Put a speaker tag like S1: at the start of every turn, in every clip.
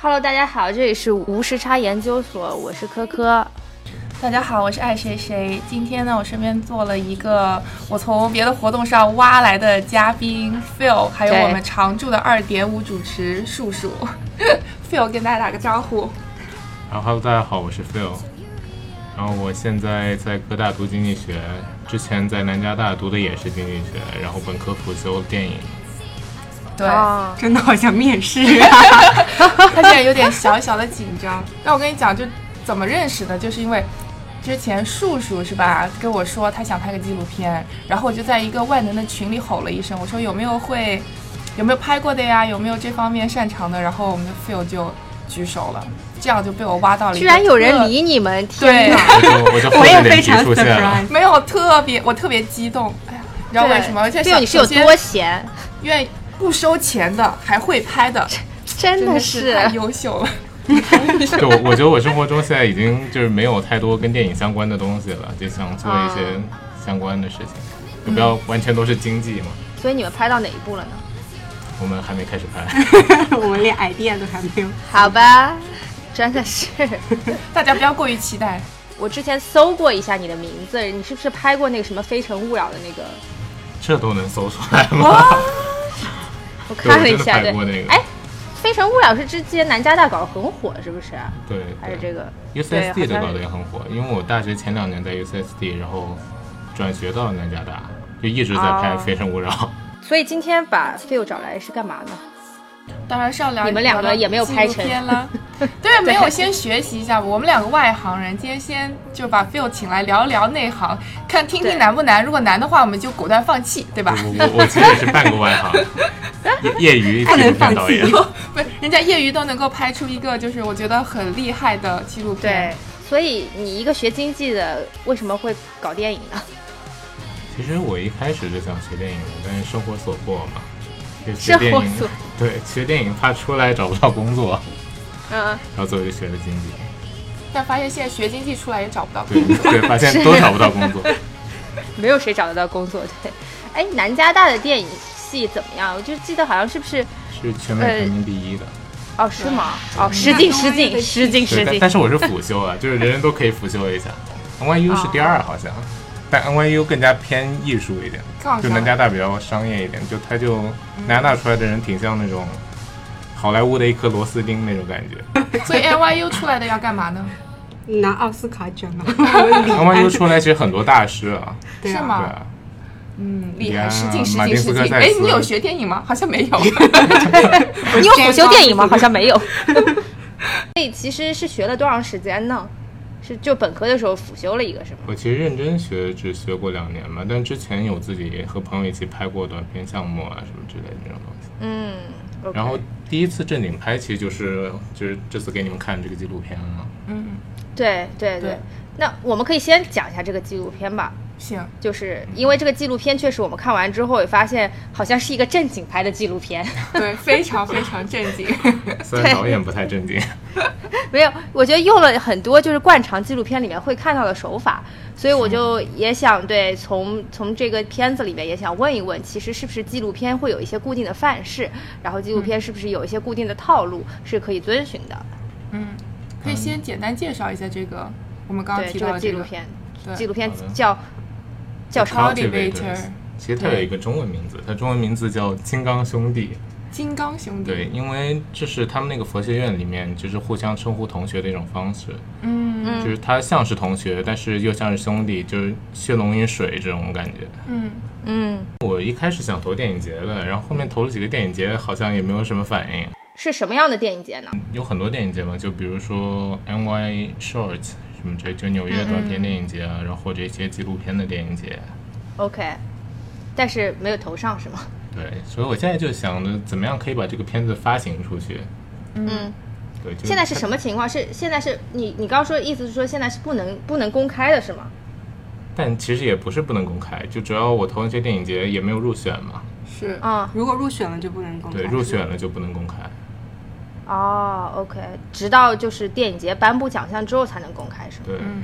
S1: Hello，大家好，这里是无时差研究所，我是科科。
S2: 大家好，我是爱谁谁。今天呢，我身边坐了一个我从别的活动上挖来的嘉宾 Phil，还有
S1: 对
S2: 我们常驻的二点五主持树树。Phil 跟大家打个招呼。
S3: 然后 Hello，大家好，我是 Phil。然后我现在在哥大读经济学，之前在南加大读的也是经济学，然后本科辅修电影。
S2: 对，
S1: 哦，
S4: 真的好想面试啊！
S2: 他现在有点小小的紧张。但我跟你讲，就怎么认识的，就是因为之前树树是吧，跟我说他想拍个纪录片，然后我就在一个万能的群里吼了一声，我说有没有会，有没有拍过的呀？有没有这方面擅长的？然后我们的 Phil 就举手了，这样就被我挖到了一
S1: 居
S2: 个特。
S1: 然有人啊理你们，天
S2: 对
S1: 哪！
S3: 我就我就厚
S4: 我也
S3: 着
S4: 非
S3: 脸皮
S4: 常
S3: 出现了
S4: surprise，。
S2: 没有特别，我特别激动，哎呀，你知道为什么？而且
S1: 对，
S2: 想
S1: 你是有
S2: 首先
S1: 多闲？
S2: 愿意不收钱的，还会拍的，
S1: 真
S2: 真的
S1: 的
S2: 是哎
S1: 是
S2: 太优秀了。
S3: 就我觉得我 生活中现在已经就是没有太多跟电影相关的东西了，就想做一些
S1: 啊
S3: 相关的事情，就不要完全都是经济嘛。
S1: 所以你们拍到哪一步了呢？
S3: 我们还没开始拍，
S4: 我们连 idea 都还没有。
S1: 好吧， 真的是。
S2: 大家不要过于期待。
S1: 我之前搜过一下你的名字，你是不是拍过那个什么《非诚勿扰》的那个？
S3: 这都能搜出来吗？
S1: 我看了一下，对
S3: 对我真的拍过那，个
S1: 哎，《非诚勿扰》是之前南加大搞得很火，是不是？啊
S3: 对，
S1: 还是
S3: 对
S1: 这个？
S3: UCSD
S1: 对
S3: 的
S1: 好像
S3: 搞得也很火，因为我大学前两年在 UCSD，然后转学到南加大，就一直在拍
S1: 哦
S3: 《非诚勿扰》
S1: 所以今天把 Phil 找来是干嘛呢？
S2: 当然是要聊
S1: 你们两个也没有拍成
S2: 纪录 片啦。对，没有先学习一下吧。我们两个外行人，今天先就把 Phil 请来聊一聊内行，看听
S1: 对
S2: 听难不难。如果难的话，我们就果断放弃，对吧？
S3: 我我我其实也是半个外行，业 业余纪录片导演。
S2: 不，人家业余都能够拍出一个就是我觉得很厉害的纪录片。，
S1: 所以你一个学经济的，为什么会搞电影呢？
S3: 其实我一开始就想学电影的，但是生活所迫嘛，就学
S1: 生
S3: 电
S1: 活
S3: 影
S1: 所，
S3: 对，学电影怕出来找不到工作，
S1: 嗯，
S3: 然后最后就学了经济，
S2: 但发现现在学经济出来也找不到工作。
S3: 对对，发现都找不到工作。
S1: 没有谁找得到工作。对，哎，南加大的电影系怎么样？我就记得好像是不是？
S3: 是全美排名第一的，
S1: 哦，是吗？哦，失敬失敬失敬
S3: 嗯对，
S1: 失
S3: 但
S1: 敬。
S3: 但是我是辅修啊，就是人人都可以辅修一下。NYU 是第二好像，但 NYU 更加偏艺术一点
S2: 杠，
S3: 就
S2: 上
S3: 南加大比较商业一点，就它就南加大出来的人挺像那种好莱坞的一颗螺丝钉那种感觉。
S2: 所以 NYU 出来的要干嘛呢？
S4: 拿奥斯卡奖啊了，我理
S3: NYU 出来其实很多大师啊，
S4: 对啊
S2: 是
S3: 对
S2: 吗
S3: 啊，
S2: 嗯，厉
S3: 呀
S2: 害，失敬失
S3: 马
S2: 敬
S3: 丁斯
S2: 失
S3: 科
S2: 敬。
S3: 塞
S2: 哎
S3: 斯，
S2: 你有学电影吗？好像没 有。
S1: 你有辅修电影吗？好像没有。 所以其实是学了多长时间呢？是就本科的时候辅修了一个是吗？
S3: 我其实认真学只学过两年嘛，但之前有自己和朋友一起拍过短片项目啊什么之类的这种东西。
S1: 嗯。OK
S3: 然后第一次正经拍，其实就是就是这次给你们看这个纪录片了。
S2: 嗯，
S1: 对对对
S2: 对，
S1: 那我们可以先讲一下这个纪录片吧。
S2: 行。
S1: 就是因为这个纪录片，确实我们看完之后也发现，好像是一个正经拍的纪录片。
S2: 对，非常非常震惊。
S3: 虽然导演不太正经，
S1: 没有，我觉得用了很多就是惯常纪录片里面会看到的手法，所以我就也想对从从这个片子里面也想问一问，其实是不是纪录片会有一些固定的范式，然后纪录片是不是有一些固定的套路是可以遵循的？
S2: 嗯，可以先简单介绍一下这个我们刚刚
S1: 对，
S2: 提
S1: 这
S2: 到
S1: 个
S2: 的
S1: 纪
S2: 这
S1: 录
S2: 个
S1: 片，
S2: 对
S1: 纪录片
S3: 好的
S1: 叫叫什么？
S2: Cultivator
S3: 其实它有一个中文名字，它中文名字叫《金刚兄弟》。
S2: 金刚兄弟。
S3: 对，，因为这是他们那个佛学院里面就是互相称呼同学的一种方式，
S2: 嗯
S1: 嗯
S3: 就是他像是同学，但是又像是兄弟，就是血浓于水这种感觉。
S2: 嗯，
S1: 嗯，
S3: 我一开始想投电影节的，然后后面投了几个电影节，好像也没有什么反应。
S1: 是什么样的电影节呢？
S3: 有很多电影节嘛，就比如说 NY Short 什么这，就纽约短片电影节啊，然后或者一些纪录片的电影节。
S1: OK，但是没有投上是吗？
S3: 对，所以我现在就想着怎么样可以把这个片子发行出去。
S1: 嗯，
S3: 对，就
S1: 现在是什么情况？是现在是你你刚刚说意思是说现在是不能不能公开的是吗？
S3: 但其实也不是不能公开，就只要我投那些电影节也没有入选嘛，
S2: 是。
S1: 啊、
S4: 如果入选了就不能公开。
S3: 对，入选了就不能公开。
S1: 哦，OK，直到就是电影节颁布奖项之后才能公开是吗？
S3: 对，
S2: 嗯，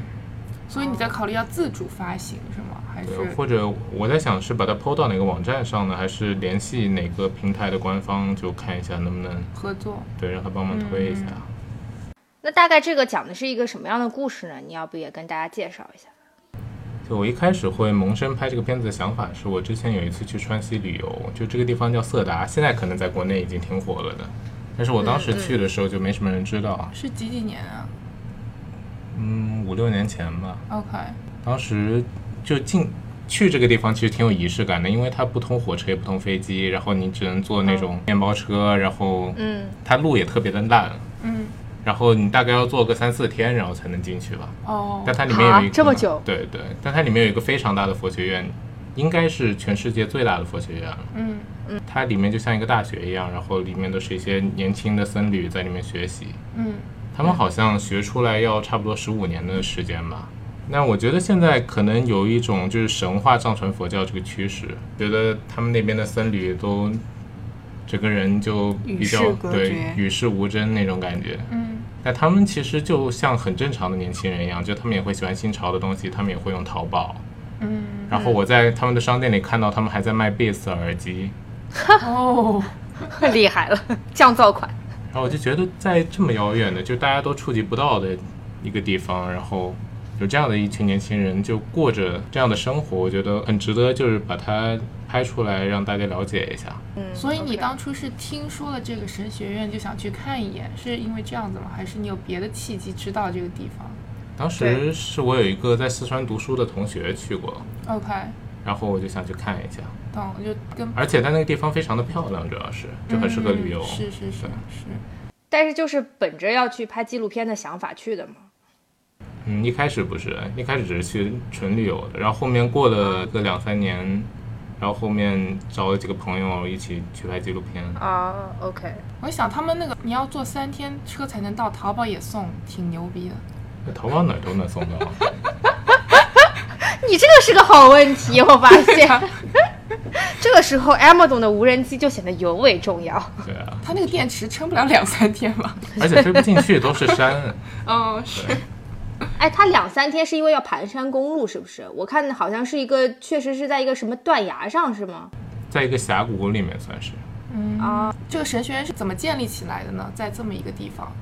S2: 所以你在考虑要自主发行是吗？还是
S3: 对，或者我在想是把它抛到哪个网站上呢，还是联系哪个平台的官方，就看一下能不能
S2: 合作？
S3: 对让他帮忙推一下。
S1: 嗯那大概这个讲的是一个什么样的故事呢？你要不也跟大家介绍一下？
S3: 就我一开始会萌生拍这个片子的想法，是我之前有一次去川西旅游，就这个地方叫色达，现在可能在国内已经挺火了的，但是我当时去的时候就没什么人知道，
S2: 是几几年啊
S3: 嗯，五六年前吧，
S2: ？OK，
S3: 当时就进去这个地方其实挺有仪式感的，因为它不通火车也不通飞机，然后你只能坐那种面包车，然后
S1: 嗯，
S3: 它路也特别的烂，
S2: 嗯，
S3: 然后你大概要坐个三四天，然后才能进去吧。
S2: 哦，
S3: 但它里面有一个、
S1: 啊这么久
S3: 对对，但它里面有一个非常大的佛学院，应该是全世界最大的佛学院了。
S2: 嗯，
S3: 它里面就像一个大学一样，然后里面都是一些年轻的僧侣在里面学习。
S2: 嗯，
S3: 他们好像学出来要差不多十五年的时间吧。那我觉得现在可能有一种就是神话藏传佛教这个趋势，觉得他们那边的僧侣都整个人就比较
S4: 与世隔绝
S3: 对与世无争那种感觉。
S2: 嗯，
S3: 那他们其实就像很正常的年轻人一样，就他们也会喜欢新潮的东西，他们也会用淘宝。
S2: 嗯，
S3: 然后我在他们的商店里看到他们还在卖 Beats 耳机，
S2: 哦，
S1: 厉害了，降噪款。
S3: 然后我就觉得在这么遥远的，就大家都触及不到的一个地方，然后有这样的一群年轻人就过着这样的生活，我觉得很值得，就是把它拍出来让大家了解一下。
S1: 嗯，
S2: 所以你
S1: OK
S2: 当初是听说了这个神学院就想去看一眼，是因为这样子吗？还是你有别的契机知道这个地方
S3: 当时是我有一个在四川读书的同学去过，
S2: ？OK，
S3: 然后我就想去看一下，
S2: 懂，就跟
S3: 而且它那个地方非常的漂亮，主要是就很适合旅游。
S2: 嗯是是是
S3: 对
S2: 是，
S1: 但是就是本着要去拍纪录片的想法去的嘛。
S3: 嗯，一开始不是，一开始只是去纯旅游的，然后后面过了个两三年，然后后面找了几个朋友一起去拍纪录片。
S1: 啊，OK，
S2: 我想他们那个你要坐三天车才能到，淘宝也送，挺牛逼的。
S3: 那淘宝哪儿都能送到，
S1: 你这个是个好问题，我发现。 这个时候，Amazon 的无人机就显得尤为重要。
S3: 对 啊，
S2: 他那个电池撑不了两三天吧？
S3: 而且飞不进去都是山，
S2: 嗯，是
S3: 对
S1: 哎，它两三天是因为要盘山公路，是不是？我看好像是一个，确实是在一个什么断崖上，是吗？
S3: 在一个峡谷里面算是。
S1: 啊，
S2: 这个神学院是怎么建立起来的呢？在这么一个地方，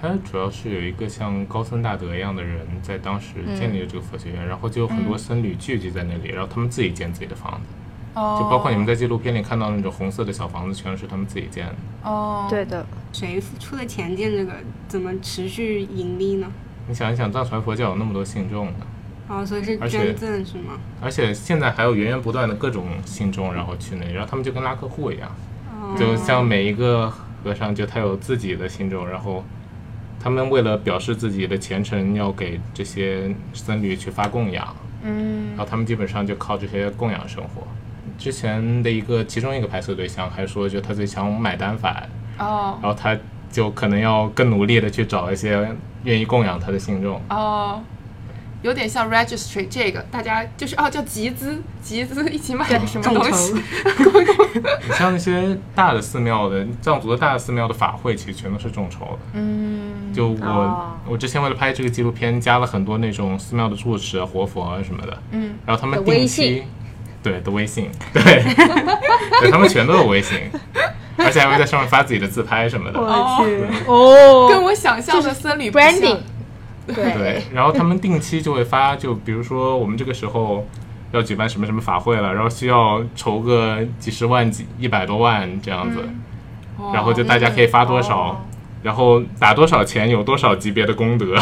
S3: 它主要是有一个像高僧大德一样的人，在当时建立了这个佛学院，然后就有很多僧侣聚集在那里，然后他们自己建自己的房子，
S2: 哦，
S3: 就包括你们在纪录片里看到那种红色的小房子，全是他们自己建的。
S2: 哦，，
S1: 的，
S4: 谁付出的钱建这个，怎么持续盈利呢？
S3: 你想一想，藏传佛教有那么多信众呢，
S4: 哦，所以是
S3: 而且
S4: 捐赠是吗？
S1: 哦
S3: 而且现在还有源源不断的各种信众，然后去那里，然后他们就跟拉客户一样，
S4: 哦，
S3: 就像每一个和尚，就他有自己的信众，然后他们为了表示自己的虔诚，要给这些僧侣去发供养，
S2: 嗯
S3: 然后他们基本上就靠这些供养生活。之前的一个其中一个拍摄对象还说，就他最想买单反，
S2: 哦
S3: 然后他就可能要更努力的去找一些愿意供养他的信众。
S2: 哦，有点像 registry 这个，大家就是哦叫集资，集资一起买个什么东西，嗯
S3: 你像那些大的寺庙的藏族的大的寺庙的法会，其实全都是众筹的。
S2: 嗯，
S3: 就我、
S1: 哦
S3: 我之前为了拍这个纪录片，加了很多那种寺庙的住持啊、活佛啊什么的，
S2: 嗯，
S3: 然后他们
S1: 的
S3: 定期
S1: 微信
S3: 对的微信，对，对他们全都有微信，而且还会在上面发自己的自拍什么的，
S4: 我去，
S1: 哦
S2: 跟我想象的僧侣不像
S1: branding，
S3: 对，然后他们定期就会发，就比如说我们这个时候要举办什么什么法会了，然后需要筹个几十万、几一百多万这样子，
S2: 哦
S3: 然后就大家可以发多少，然后打多少钱有多少级别的功德。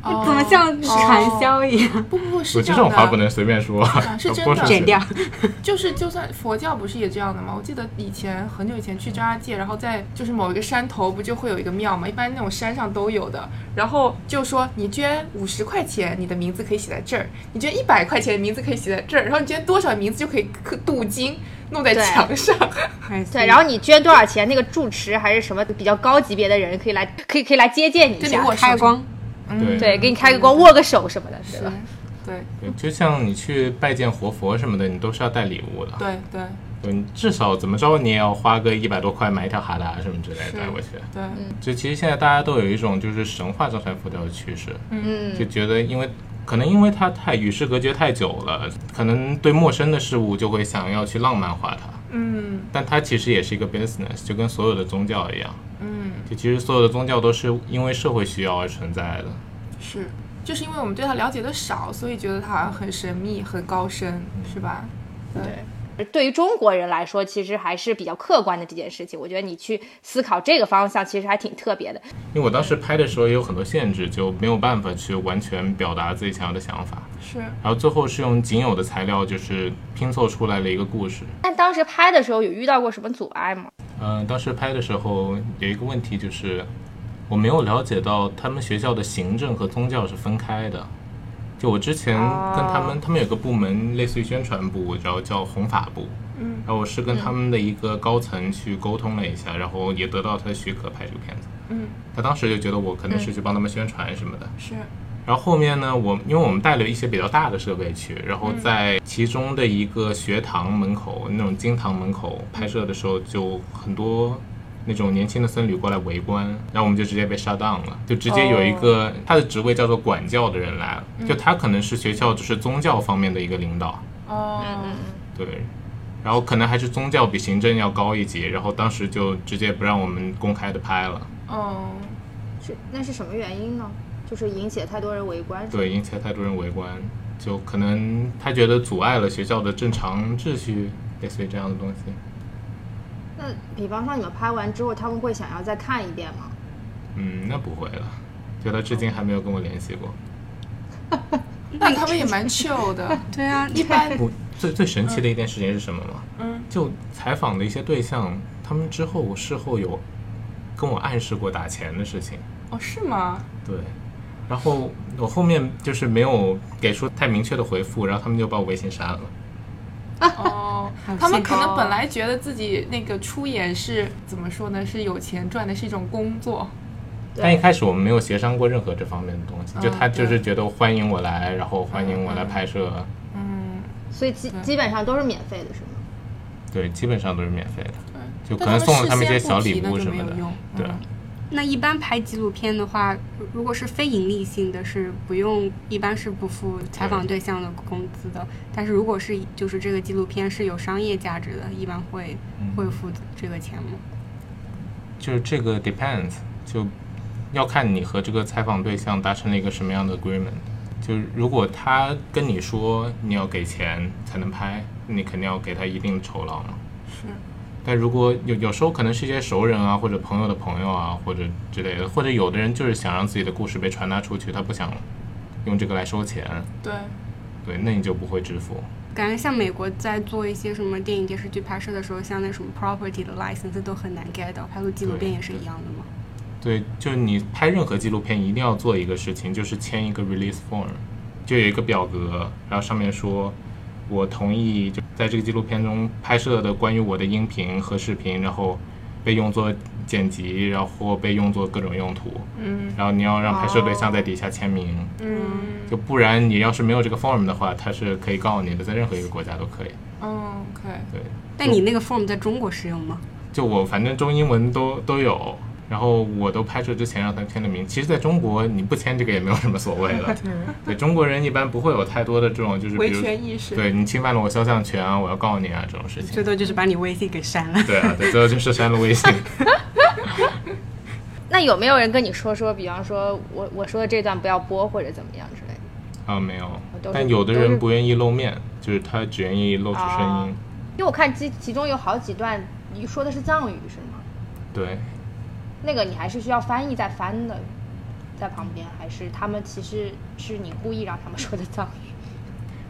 S2: 哦
S4: 怎么像传销一样？
S2: 不不不是
S3: 我这种
S2: 样的
S3: 话不能随便说，
S2: 是真的
S3: 播出去
S4: 剪掉。
S2: 就是就算佛教不是也这样的吗？我记得以前很久以前去张家界，然后在就是某一个山头不就会有一个庙吗？一般那种山上都有的。然后就说你捐五十块钱，你的名字可以写在这儿；你捐一百块钱，名字可以写在这儿。然后你捐多少名字就可以刻镀金，弄在
S1: 对
S2: 墙上。
S1: 对，然
S4: 后
S1: 后你捐多少钱，那个住持还是什么比较高级别的人可以来，可以可以来接见你一
S2: 就你
S1: 下，
S2: 握手
S4: 开光，
S3: 对
S1: 嗯对，给你开个光，握个手什么的，对
S2: 是
S1: 吧？
S2: 对
S3: 对就像你去拜见活佛什么的，你都是要带礼物的。
S2: 对对
S3: 对，你至少怎么着你也要花个一百多块买一条哈达什么之类的
S2: 是
S3: 带过去。
S2: 对，
S4: 嗯
S3: 就其实现在大家都有一种就是神话藏传佛教的趋势，
S1: 嗯
S3: 就觉得因为可能因为它太与世隔绝太久了，可能对陌生的事物就会想要去浪漫化它。
S2: 嗯
S3: 但它其实也是一个 business，就跟所有的宗教一样，
S2: 嗯，
S3: 就其实所有的宗教都是因为社会需要而存在的。
S2: 是，就是因为我们对它了解的少，所以觉得它好像很神秘、很高深，是吧？对，
S1: 对于中国人来说，其实还是比较客观的这件事情。我觉得你去思考这个方向，其实还挺特别的。
S3: 因为我当时拍的时候也有很多限制，就没有办法去完全表达自己想要的想法，
S2: 是
S3: 然后最后是用仅有的材料就是拼凑出来了一个故事。
S1: 但当时拍的时候有遇到过什么阻碍吗？
S3: 嗯、当时拍的时候有一个问题就是，我没有了解到他们学校的行政和宗教是分开的。就我之前跟他
S2: 哦
S3: 们，他们有个部门类似于宣传部，然后叫弘法部。
S2: 嗯，
S3: 然后我是跟他们的一个高层去沟通了一下，然后也得到他的许可拍这个片子。
S2: 嗯，
S3: 他当时就觉得我可能是去帮他们宣传什么的。
S2: 是，
S3: 然后后面呢，我因为我们带了一些比较大的设备去，然后在其中的一个学堂门口，那种经堂门口拍摄的时候，就很多那种年轻的僧侣过来围观，然后我们就直接被 shut down 了，就直接有一个、他的职位叫做管教的人来了，就他可能是学校就是宗教方面的一个领导，
S2: 哦，
S1: 嗯
S4: 嗯
S3: 对。然后可能还是宗教比行政要高一级，然后当时就直接不让我们公开的拍了，
S4: 嗯
S2: 哦，
S1: 是那是什么原因呢？就是引起了太多人围观。
S3: 对，引起了太多人围观，就可能他觉得阻碍了学校的正常秩序，类似于这样的东西。
S1: 那比方说你们拍完之后，他们会想要再看一遍吗？
S3: 嗯，那不会了，就他至今还没有跟我联系过。
S2: 那他们也蛮 chill 的，
S4: 对啊，
S2: 一般
S3: 不，最最神奇的一件事情是什么吗？
S2: 嗯，
S3: 就采访的一些对象，他们之后事后有跟我暗示过打钱的事情。
S2: 哦是吗？
S3: 对，然后我后面就是没有给出太明确的回复，然后他们就把我微信删了。
S2: 哦
S4: 好，
S2: 他们
S4: 细
S2: 可能
S4: 胞
S2: 本来觉得自己那个出演是怎么说呢？是有钱赚的，是一种工作。
S3: 但一开始我们没有协商过任何这方面的东西，就
S2: 嗯
S3: 他就是
S2: 对
S3: 觉得欢迎我来，然后欢迎我来拍摄，
S2: 嗯，
S1: 所以基基本上都是免费的，是吗？
S3: 对，基本上都是免费的，
S2: 对。
S3: 就可
S2: 但
S3: 能
S2: 他们
S3: 送了
S2: 事
S3: 他们一些
S2: 先
S3: 小
S2: 不
S3: 礼
S2: 提那
S3: 物
S2: 就
S3: 什
S2: 没
S3: 么
S2: 有
S3: 的
S2: 用，
S3: 对。
S2: 嗯
S4: 那一般拍纪录片的话，如果是非盈利性的，是不用，一般是不付采访对象的工资的。但是如果是就是这个纪录片是有商业价值的，一般会
S3: 嗯
S4: 会付这个钱吗？
S3: 就是这个 depends，就要看你和这个采访对象达成了一个什么样的 agreement。就是如果他跟你说你要给钱才能拍，你肯定要给他一定的酬劳嘛。
S2: 是，
S3: 但如果有有时候可能是一些熟人啊，或者朋友的朋友啊，或者之类的，或者有的人就是想让自己的故事被传达出去，他不想用这个来收钱，
S2: 对，
S3: 对，那你就不会支付。
S4: 感觉像美国在做一些什么电影电视剧拍摄的时候，像那什么 property 的 license 都很难 get 到，拍录纪录片也是一样的嘛。
S3: 对，就是你拍任何纪录片，一定要做一个事情，就是签一个 release form，就有一个表格，然后上面说，我同意就在这个纪录片中拍摄的关于我的音频和视频，然后被用作剪辑，然后或被用作各种用途，
S2: 嗯
S3: 然后你要让拍摄对象在底下签名，
S2: 嗯
S3: 就不然你要是没有这个 form 的话，他是可以告你的，在任何一个国家都可以。
S2: 嗯，OK，
S3: 对，
S4: 但你那个 form 在中国适用吗？
S3: 就我反正中英文都都有，然后我都拍摄之前让他签了名。其实，在中国你不签这个也没有什么所谓了。对中国人一般不会有太多的这种就是比
S2: 维
S3: 如
S2: 权意识。
S3: 对你侵犯了我肖像权啊，我要告你啊这种事情
S4: 最。多就是把你微信给删了。
S3: 对啊，对，最后就是删了微信。
S1: 那有没有人跟你说说，比方说我我说的这段不要播或者怎么样之类的？
S3: 啊，没有
S1: 都。是
S3: 但有的
S1: 都是
S3: 人不愿意露面，就是他只愿意露出声音。
S1: 因为我看其其中有好几段，你说的是藏语是吗？
S3: 对，
S1: 那个你还是需要翻译再翻的， 在旁边，还是他们其实是你故意让他们说的藏语？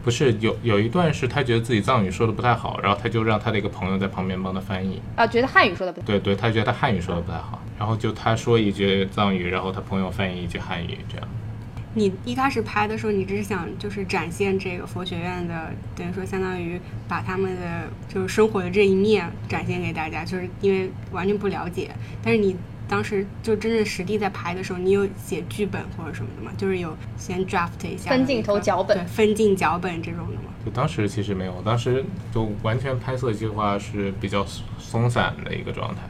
S3: 不是有有一段是他觉得自己藏语说的不太好，然后他就让他的一个朋友在旁边帮他翻译。
S1: 啊，觉得汉语说的不对。
S3: 对对，他觉得他汉语说的不太好，然后就他说一句藏语，然后他朋友翻译一句汉语，这样。
S4: 你一开始拍的时候，你只是想就是展现这个佛学院的，等于说相当于把他们的就是生活的这一面展现给大家，就是因为完全不了解。但是你当时就真正实地在拍的时候，你有写剧本或者什么的吗？就是有先 draft 一下
S1: 分
S4: 那
S1: 镜
S4: 个
S1: 头脚本
S4: 对，分镜脚本这种的吗？
S3: 就当时其实没有，当时就完全拍摄计划是比较松散的一个状态，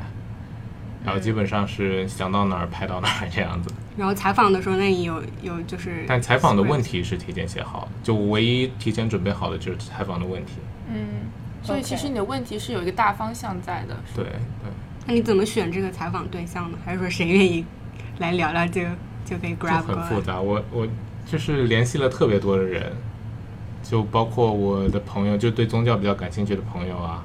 S3: 然后基本上是想到哪儿拍到哪儿这样子。
S4: 然后采访的时候，那你有有就是，
S3: 但采访的问题是提前写好的，就唯一提前准备好的就是采访的问题。
S2: 嗯，所以其实你的问题是有一个大方向在的。
S3: 对对，
S4: 那你怎么选这个采访对象呢？还是说谁愿意来聊聊就就被 grab
S3: 就很
S4: 过来
S3: 复？杂。我我就是联系了特别多的人，就包括我的朋友，就对宗教比较感兴趣的朋友啊，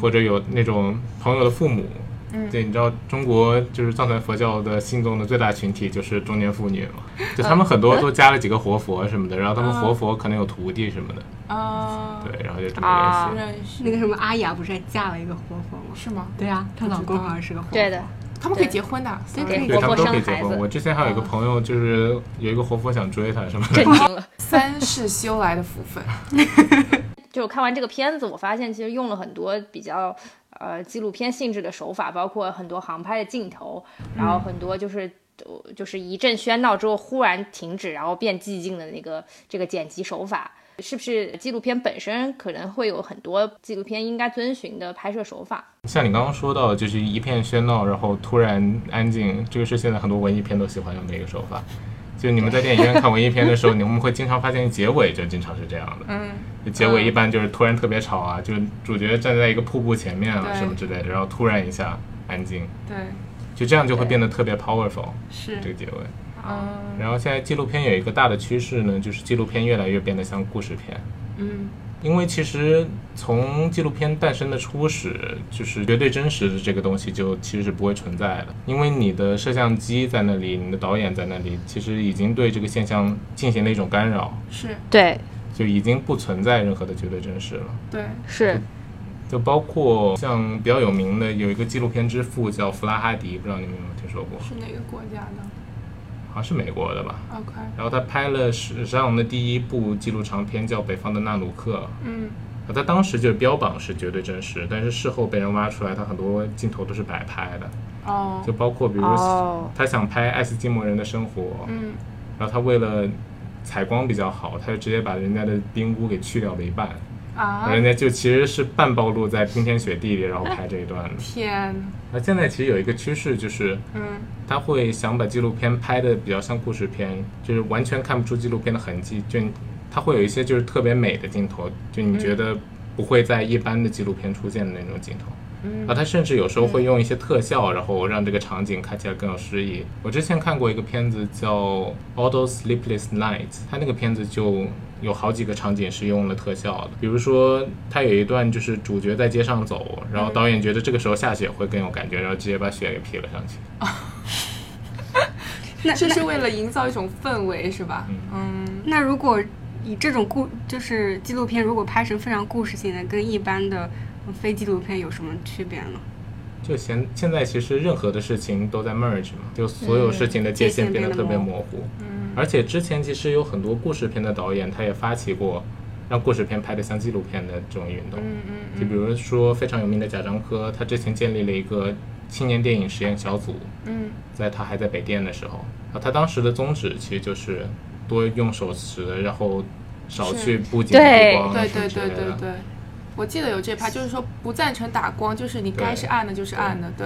S3: 或者有那种朋友的父母。
S2: 嗯
S3: 对，你知道中国就是藏传佛教的信众的最大群体就是中年妇女嘛，就他们很多都加了几个活佛什么的，然后他们活佛可能有徒弟什么的，
S2: 啊，
S3: 对，然后就这么
S2: 不
S3: 联系。
S2: 认识
S4: 那个什么阿雅不是还嫁了一个活佛吗？
S2: 是吗？
S4: 对啊，她老公
S2: 不知道
S4: 好像是个活 佛。
S1: 对的，
S2: 他们可以结婚的，
S4: 对
S2: sorry
S4: 对
S1: 对
S4: 对，
S3: 对他
S1: 活
S3: 们都
S1: 生
S3: 可以结
S1: 孩
S3: 婚。
S1: 子
S3: 我之前还有一个朋友，就是有一个活佛想追她什么的
S1: 震，惊了。
S2: 三世修来的福 分。
S1: 就是看完这个片子，我发现其实用了很多比较呃纪录片性质的手法，包括很多航拍的镜头，然
S3: 嗯
S1: 后很多就是。呃就是一阵喧闹之后忽然停止，然后变寂静的那个这个剪辑手法，是不是纪录片本身可能会有很多纪录片应该遵循的拍摄手法？
S3: 像你刚刚说到，就是一片喧闹，然后突然安静，这个是现在很多文艺片都喜欢用的一个手法。就你们在电影院看文艺片的时候，你们会经常发现结尾就经常是这样的。
S2: 嗯，
S3: 就结尾一般就是突然特别吵啊，就是主角站在一个瀑布前面啊
S2: 对
S3: 什么之类的，然后突然一下安静，
S2: 对，
S3: 就这样就会变得特别 powerful
S2: 是
S3: 这个结尾。
S2: 嗯
S3: 然后现在纪录片有一个大的趋势呢，就是纪录片越来越变得像故事片。
S2: 嗯
S3: 因为其实从纪录片诞生的初始，就是绝对真实的这个东西就其实是不会存在的，因为你的摄像机在那里，你的导演在那里，其实已经对这个现象进行了一种干扰，
S2: 是
S1: 对，
S3: 就已经不存在任何的绝对真实了。
S2: 对，
S3: 嗯
S1: 是
S3: 就包括像比较有名的有一个纪录片之父叫弗拉哈迪，不知道你们有没有听说过，
S2: 是哪个国家的
S3: 好像是美国的吧？
S2: ？OK，
S3: 然后他拍了史上的第一部纪录长片，叫《北方的纳鲁克》。
S2: 嗯
S3: 啊，他当时就是标榜是绝对真实，但是事后被人挖出来，他很多镜头都是摆拍的，
S2: 哦
S3: 就包括比如
S1: 哦
S3: 他想拍爱斯基摩人的生活，
S2: 嗯
S3: 然后他为了采光比较好，他就直接把人家的冰屋给去掉了一半，
S2: 啊，
S3: 人家就其实是半暴露在冰天雪地里，然后拍这一段的。
S2: 天，
S3: 那现在其实有一个趋势就是。
S2: 嗯
S3: 他会想把纪录片拍的比较像故事片，就是完全看不出纪录片的痕迹。就你他会有一些就是特别美的镜头，就你觉得不会在一般的纪录片出现的那种镜头。
S2: 嗯
S3: 啊，他甚至有时候会用一些特效，然后让这个场景看起来更有诗意。我之前看过一个片子叫《Auto Sleepless Night》，他那个片子就有好几个场景是用了特效的，比如说他有一段就是主角在街上走，然后导演觉得这个时候下雪会更有感觉，然后直接把雪给 P 了上去。
S2: 这是为了营造一种氛围是吧？嗯
S4: 那如果以这种故就是纪录片，如果拍成非常故事性的，跟一般的呃非纪录片有什么区别呢？
S3: 就现现在其实任何的事情都在 merge 嘛，就所有事情的嗯界限变得特别模糊。
S2: 嗯
S3: 而且之前其实有很多故事片的导演，他也发起过让故事片拍得像纪录片的这种运动。
S2: 嗯嗯
S3: 就比如说非常有名的贾樟柯，他之前建立了一个青年电影实验小组，
S2: 嗯
S3: 在他还在北电的时候，啊，他当时的宗旨其实就是多用手持，然后少
S2: 是
S3: 去布景
S1: 对
S3: 布光啊
S2: 对
S3: 什
S2: 对
S3: 么之
S2: 对
S3: 类
S2: 对
S3: 的。
S2: 对，我记得有这趴，就是说不赞成打光，就是你该是暗的，就是暗的，对，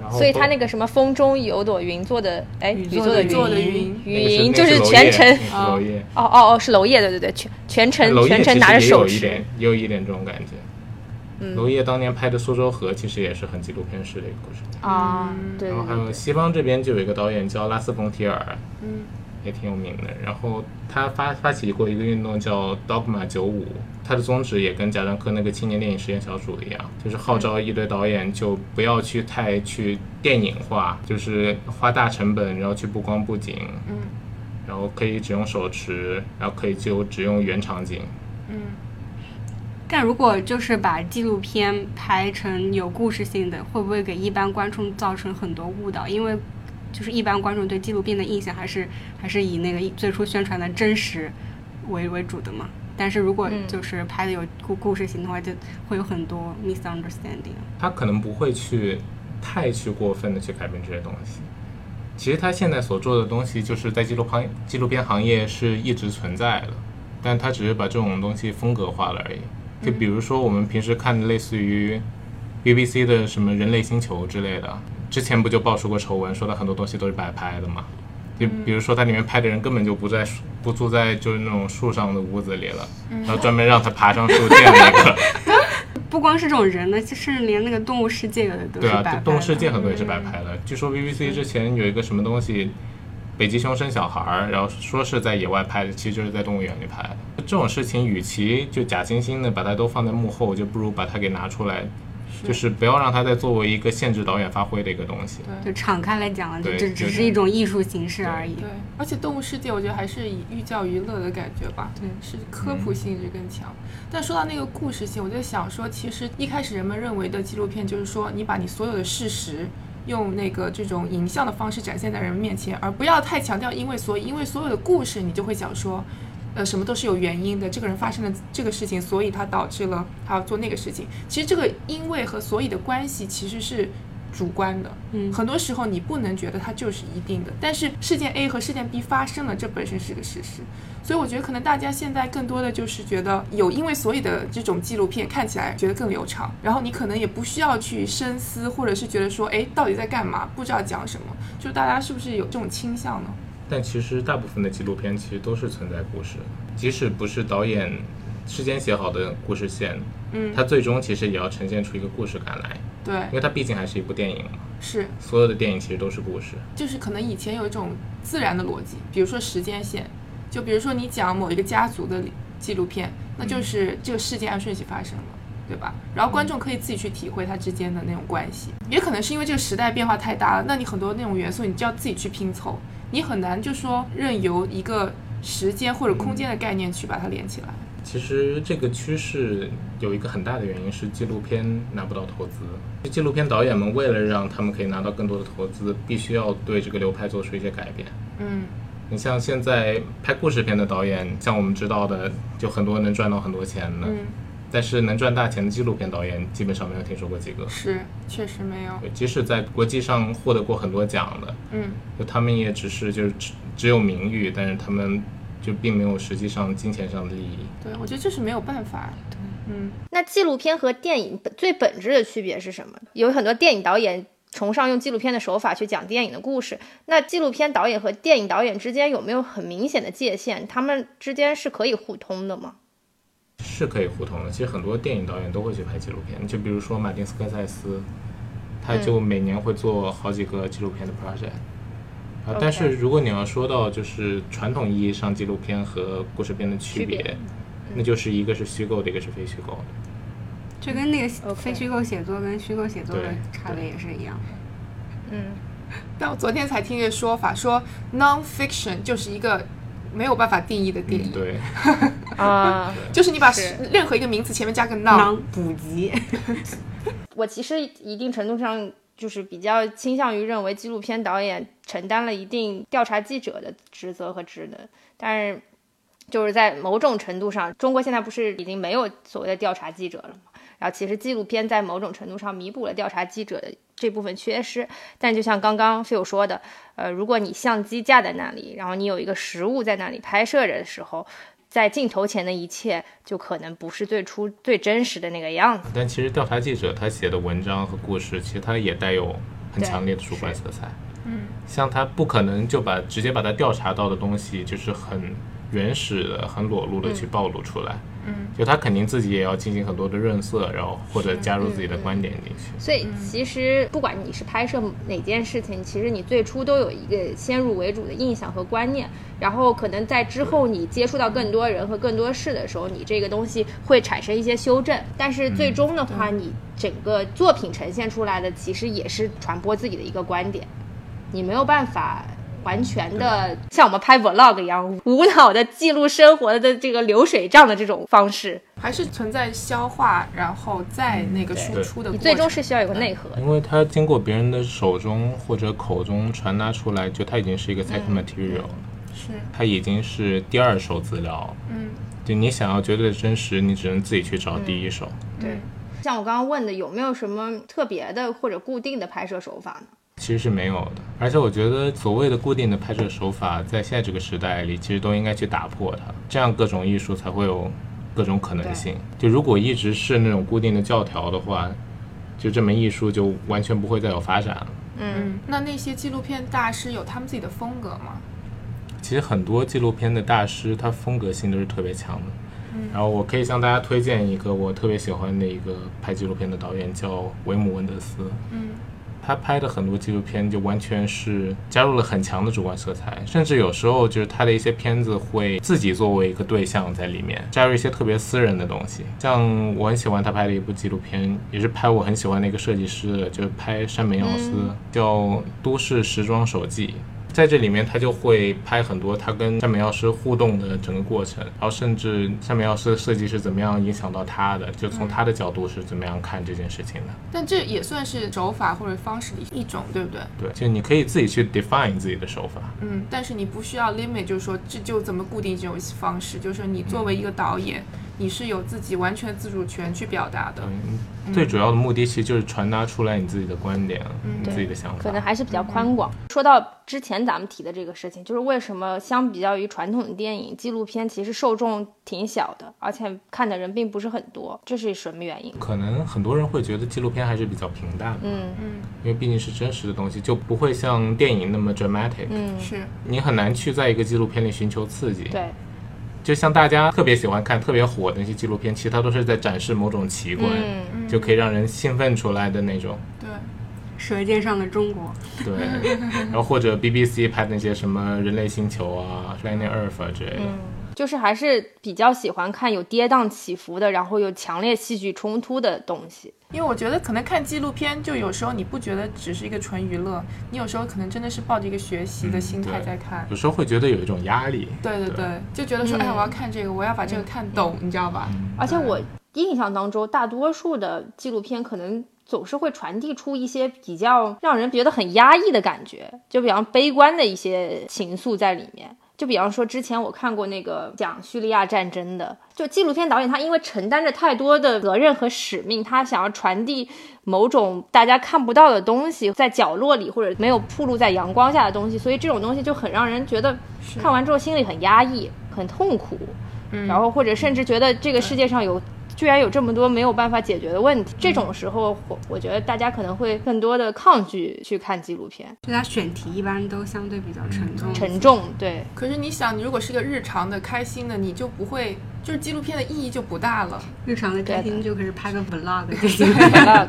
S3: 然后
S1: 所以他
S3: 包
S1: 那个什么风中有朵云做的，哎，
S4: 雨
S1: 雨
S4: 做
S1: 做的
S4: 的云
S2: 做的
S1: 云，
S2: 云，
S1: 雨
S3: 那
S1: 云
S3: 个
S1: 就是是
S3: 那个是
S1: 全
S3: 娄烨
S1: 程，
S3: 那个是
S2: 啊
S3: 娄烨。
S1: 哦哦哦，是娄烨，对对对，全全程
S3: 娄烨
S1: 全
S3: 其
S1: 程
S3: 实
S1: 拿着
S3: 也有
S1: 手
S3: 一
S1: 持嗯
S3: 点，，也有一点这种感觉。娄烨当年拍的《苏州河》其实也是很纪录片式的一个故事。
S1: 啊，对
S3: 然后还
S1: 对
S3: 有西方这边就有一个导演叫拉斯冯提尔，
S2: 嗯
S3: 也挺有名的。然后他发发起过一个运动叫 Dogma 九五，他的宗旨也跟贾樟柯那个青年电影实验小组一样，就是号召一堆导演就不要去太去电影化，就是花大成本，然后去布光布景，
S2: 嗯
S3: 然后可以只用手持，然后可以就只用原场景。
S2: 嗯
S4: 但如果就是把纪录片拍成有故事性的，会不会给一般观众造成很多误导？因为就是一般观众对纪录片的印象还是还是以那个最初宣传的真实为为主的嘛。但是如果
S1: 嗯
S4: 就是拍的有故故事性的话，就会有很多 misunderstanding。
S3: 他可能不会去太去过分的去改变这些东西。其实他现在所做的东西，就是在纪录行纪录片行业是一直存在的，但他只是把这种东西风格化了而已。就比如说我们平时看的类似于 BBC 的什么《人类星球》之类的，之前不就爆出过丑闻，说他很多东西都是摆拍的嘛。就比如说，它里面拍的人根本就不在树不住在就是那种树上的屋子里了，然后专门让他爬上树建了一个，
S4: 不光是这种人的，甚至连那个动物世界有的都
S3: 对
S4: 是
S3: 啊，
S4: 摆拍
S3: 动物世
S4: 的
S3: 界很多也是摆拍的。据说 BBC 之前有一个什么东西，北极熊生小孩儿，然后说是在野外拍的，其实就是在动物园里拍的。这种事情，与其就假惺惺的把它都放在幕后，就不如把它给拿出来，就是不要让它再作为一个限制导演发挥的一个东西。
S4: 就敞开来讲了，就
S3: 对
S4: 这
S3: 就
S4: 只
S3: 是
S4: 是一种艺术形式而已。
S2: 对，而且动物世界我觉得还是以寓教于乐的感觉吧，
S4: 对
S2: 是科普性质更强。但说到那个故事性，我在想说，其实一开始人们认为的纪录片就是说，你把你所有的事实。用那个这种影像的方式展现在人们面前，而不要太强调因为所以，因为所有的故事你就会想说，呃，什么都是有原因的。这个人发生了这个事情，所以他导致了他要做那个事情。其实这个因为和所以的关系其实是主观的，
S4: 嗯
S2: 很多时候你不能觉得它就是一定的。但是事件 A 和事件 B 发生了，这本身是个事实。所以我觉得可能大家现在更多的就是觉得有因为所以的这种纪录片看起来觉得更流畅，然后你可能也不需要去深思，或者是觉得说，哎，到底在干嘛？不知道讲什么。就大家是不是有这种倾向呢？
S3: 但其实大部分的纪录片其实都是存在故事的，即使不是导演事先写好的故事线，
S2: 嗯
S3: 它最终其实也要呈现出一个故事感来，
S2: 对
S3: 因，为它毕竟还是一部电影嘛。
S2: 是。
S3: 所有的电影其实都是故事，
S2: 就是可能以前有一种自然的逻辑，比如说时间线，就比如说你讲某一个家族的纪录片，那就是这个事件按顺序发生了。对吧？然后观众可以自己去体会它之间的那种关系，也可能是因为这个时代变化太大了，那你很多那种元素你就要自己去拼凑，你很难就说任由一个时间或者空间的概念去把它连起来。
S3: 其实这个趋势有一个很大的原因是纪录片拿不到投资。纪录片导演们为了让他们可以拿到更多的投资，必须要对这个流派做出一些改变。
S2: 嗯，
S3: 你像现在拍故事片的导演，像我们知道的，就很多能赚到很多钱的，
S2: 嗯
S3: 但是能赚大钱的纪录片导演，基本上没有听说过几个。
S2: 是，确实没有。
S3: 对即使在国际上获得过很多奖的，
S2: 嗯，
S3: 就他们也只是就是只只有名誉，但是他们就并没有实际上金钱上的利益。
S2: 对，我觉得这是没有办法。对，嗯，
S1: 那纪录片和电影本最本质的区别是什么？有很多电影导演崇尚用纪录片的手法去讲电影的故事，那纪录片导演和电影导演之间有没有很明显的界限？他们之间是可以互通的吗？
S3: 是可以互通的。其实很多电影导演都会去拍纪录片，就比如说马丁斯科塞斯，他就每年会做好几个纪录片的 project。啊，但是如果你要说到就是传统意义上纪录片和故事片的区别，嗯
S1: 区别
S3: 那就是一个是虚构的，一个是非虚构的。
S4: 就跟那个
S1: OK
S4: 非虚构写作跟虚构写作的
S3: 对
S4: 差别也是一样的。
S1: 嗯，
S2: 但我昨天才听一个说法，说 non-fiction 就是一个没有办法定义的定义，
S3: 嗯，对，
S1: 啊、
S2: 就是你把
S1: 是
S2: 任何一个名词前面加个 non，
S4: 囊补集，
S1: 我其实一定程度上就是比较倾向于认为纪录片导演承担了一定调查记者的职责和职能，但是就是在某种程度上，中国现在不是已经没有所谓的调查记者了吗？然后其实纪录片在某种程度上弥补了调查记者的这部分缺失，但就像刚刚 Phil 说的，呃，如果你相机架在那里，然后你有一个实物在那里拍摄着的时候。在镜头前的一切，就可能不是最初最真实的那个样子。
S3: 但其实调查记者他写的文章和故事，其实他也带有很强烈的主观色彩。
S2: 嗯，
S3: 像他不可能就把直接把他调查到的东西，就是很原始的、很裸露的去暴露出来。
S2: 嗯，
S3: 就他肯定自己也要进行很多的润色，然后或者加
S2: 嗯
S3: 入自己的观点进去。
S1: 所以其实不管你是拍摄哪件事情，其实你最初都有一个先入为主的印象和观念，然后可能在之后你接触到更多人和更多事的时候，你这个东西会产生一些修正，但是最终的话，你整个作品呈现出来的其实也是传播自己的一个观点，你没有办法。完全的像我们拍 vlog 一样，无脑的记录生活的这个流水账的这种方式，
S2: 还是存在消化，然后再那个输
S3: 对
S2: 出的
S1: 嗯你
S2: 过程。
S1: 最终是需要有个内核的。
S3: 因为它经过别人的手中或者口中传达出来，就它已经是一个 second material，了、
S2: 嗯是
S3: 它已经是第二手资料。
S2: 嗯，
S3: 就你想要绝对的真实，你只能自己去找第一手。
S1: 对，像我刚刚问的，有没有什么特别的或者固定的拍摄手法呢？
S3: 其实是没有的。而且我觉得所谓的固定的拍摄手法，在现在这个时代里，其实都应该去打破它，这样各种艺术才会有各种可能性。就如果一直是那种固定的教条的话，就这门艺术就完全不会再有发展了。
S1: 嗯，
S2: 那那些纪录片大师有他们自己的风格吗？
S3: 其实很多纪录片的大师，他风格性都是特别强的。然后我可以向大家推荐一个我特别喜欢的一个拍纪录片的导演，叫维姆·文德斯。
S2: 嗯，
S3: 他拍的很多纪录片就完全是加入了很强的主观色彩，甚至有时候就是他的一些片子会自己作为一个对象在里面加入一些特别私人的东西。像我很喜欢他拍的一部纪录片，也是拍我很喜欢的一个设计师的，就是拍山本耀司，叫《都市时装手记》。在这里面，他就会拍很多他跟山本耀司互动的整个过程，然后甚至山本耀司的设计是怎么样影响到他的，就从他的角度是怎么样看这件事情的。
S2: 但这也算是手法或者方式的一种，对不对？
S3: 对，就你可以自己去 define 自己的手法。
S2: 嗯，但是你不需要 limit，就是说这就怎么固定这种方式，就是你作为一个导演，你是有自己完全自主权去表达的。
S3: 嗯，最主要的目的其实就是传达出来你自己的观点，你自己的想法。
S1: 嗯可能还是比较宽广。说到之前咱们提的这个事情，就是为什么相比较于传统的电影，纪录片其实受众挺小的，而且看的人并不是很多，这是什么原因？
S3: 可能很多人会觉得纪录片还是比较平淡的，
S1: 嗯
S3: 因为毕竟是真实的东西，就不会像电影那么 dramatic。
S1: 嗯，
S2: 是，
S3: 你很难去在一个纪录片里寻求刺激。
S1: 对，
S3: 就像大家特别喜欢看、特别火的那些纪录片，其实它都是在展示某种奇观，
S1: 嗯
S3: 就可以让人兴奋出来的那种。
S2: 对，
S4: 舌尖上的中国》，
S3: 对，然后或者 BBC 拍那些什么《人类星球》啊、《Planet Earth》啊之类的。
S1: 就是还是比较喜欢看有跌宕起伏的，然后有强烈戏剧冲突的东西。
S2: 因为我觉得可能看纪录片，就有时候你不觉得只是一个纯娱乐，你有时候可能真的是抱着一个学习的心态
S3: 对
S2: 在看。
S3: 有时候会觉得有一种压力。
S2: 对对对，就觉得说，
S1: 嗯
S2: 哎，我要看这个，我要把这个看懂，你知道吧？
S1: 而且我印象当中，大多数的纪录片可能总是会传递出一些比较让人觉得很压抑的感觉，就比方悲观的一些情愫在里面。就比方说，之前我看过那个讲叙利亚战争的，就纪录片导演他因为承担着太多的责任和使命，他想要传递某种大家看不到的东西，在角落里或者没有暴露在阳光下的东西，所以这种东西就很让人觉得看完之后心里很压抑、很痛苦。然后或者甚至觉得这个世界上有居然有这么多没有办法解决的问题，这种时候我我觉得大家可能会更多的抗拒去看纪录片，
S4: 就它选题一般都相对比较沉重。
S1: 沉重，对
S2: 可是你想，你如果是个日常的、开心的，你就不会，就是纪录片的意义就不大了。
S4: 日常的开心就可是拍个 vlog 就行。
S1: ，vlog，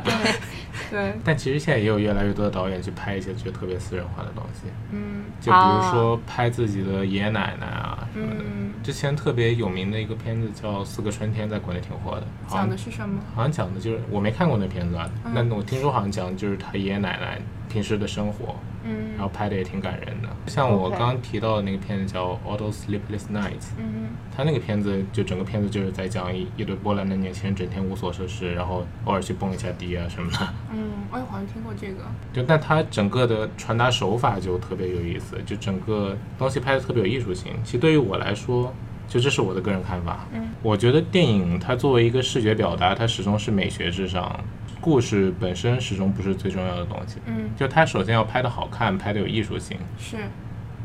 S2: 对，
S3: 但其实现在也有越来越多的导演去拍一些就特别私人化的东西，
S2: 嗯
S3: 就比如说拍自己的爷爷奶奶啊什么的。
S2: 嗯，
S3: 之前特别有名的一个片子叫《四个春天》，在国内挺火的，好
S2: 讲
S3: 像
S2: 的嗯是什么？
S3: 好像讲的就是我没看过那片子啊，但我听说好像讲的就是他爷爷奶奶平时的生活，
S2: 嗯
S3: 然后拍的也挺感人的。像我
S1: OK
S3: 刚刚提到的那个片子叫《Auto Sleepless Nights》，
S2: 嗯
S3: 他那个片子就整个片子就是在讲一一堆波兰的年轻人整天无所事事，然后偶尔去蹦一下迪啊什么的。
S2: 嗯，哎，好像听过这个。
S3: 就但它整个的传达手法就特别有意思，就整个东西拍的特别有艺术性。其实对于我来说，就这是我的个人看法。
S2: 嗯，
S3: 我觉得电影它作为一个视觉表达，它始终是美学至上，故事本身始终不是最重要的东西。
S2: 嗯，
S3: 就它首先要拍的好看，拍的有艺术性，
S2: 是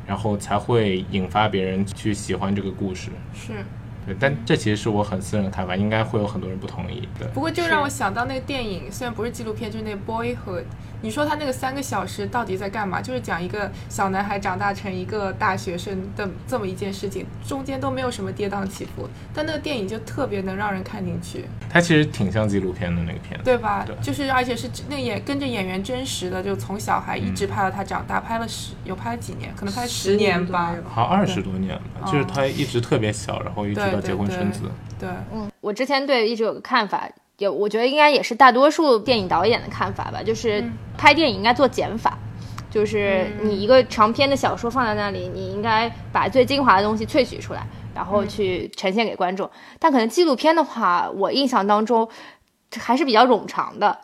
S3: 然后才会引发别人去喜欢这个故事。
S2: 是。
S3: 对，但这其实是我很私人的看法，应该会有很多人不同意。对，
S2: 不过就让我想到那个电影，虽然不是纪录片，就是那个《Boyhood》。你说他那个三个小时到底在干嘛？就是讲一个小男孩长大成一个大学生的这么一件事情，中间都没有什么跌宕起伏。但那个电影就特别能让人看进去，
S3: 它其实挺像纪录片的那个片子。
S2: 对吧？
S3: 对
S2: 就是而且是那演跟着演员真实的，就从小孩一直拍到他长大，拍了十有拍了几年，可能拍了十年吧。
S3: 好像二十多年了吧，就是他一直特别小，然后一直
S2: 嗯对
S3: 到
S2: 对
S3: 结婚
S2: 对
S3: 生子。
S2: 对，
S1: 我之前对一直有个看法，有我觉得应该也是大多数电影导演的看法吧，就是拍电影应该做减法。就是你一个长篇的小说放在那里，你应该把最精华的东西萃取出来，然后去呈现给观众。但可能纪录片的话，我印象当中还是比较冗长的，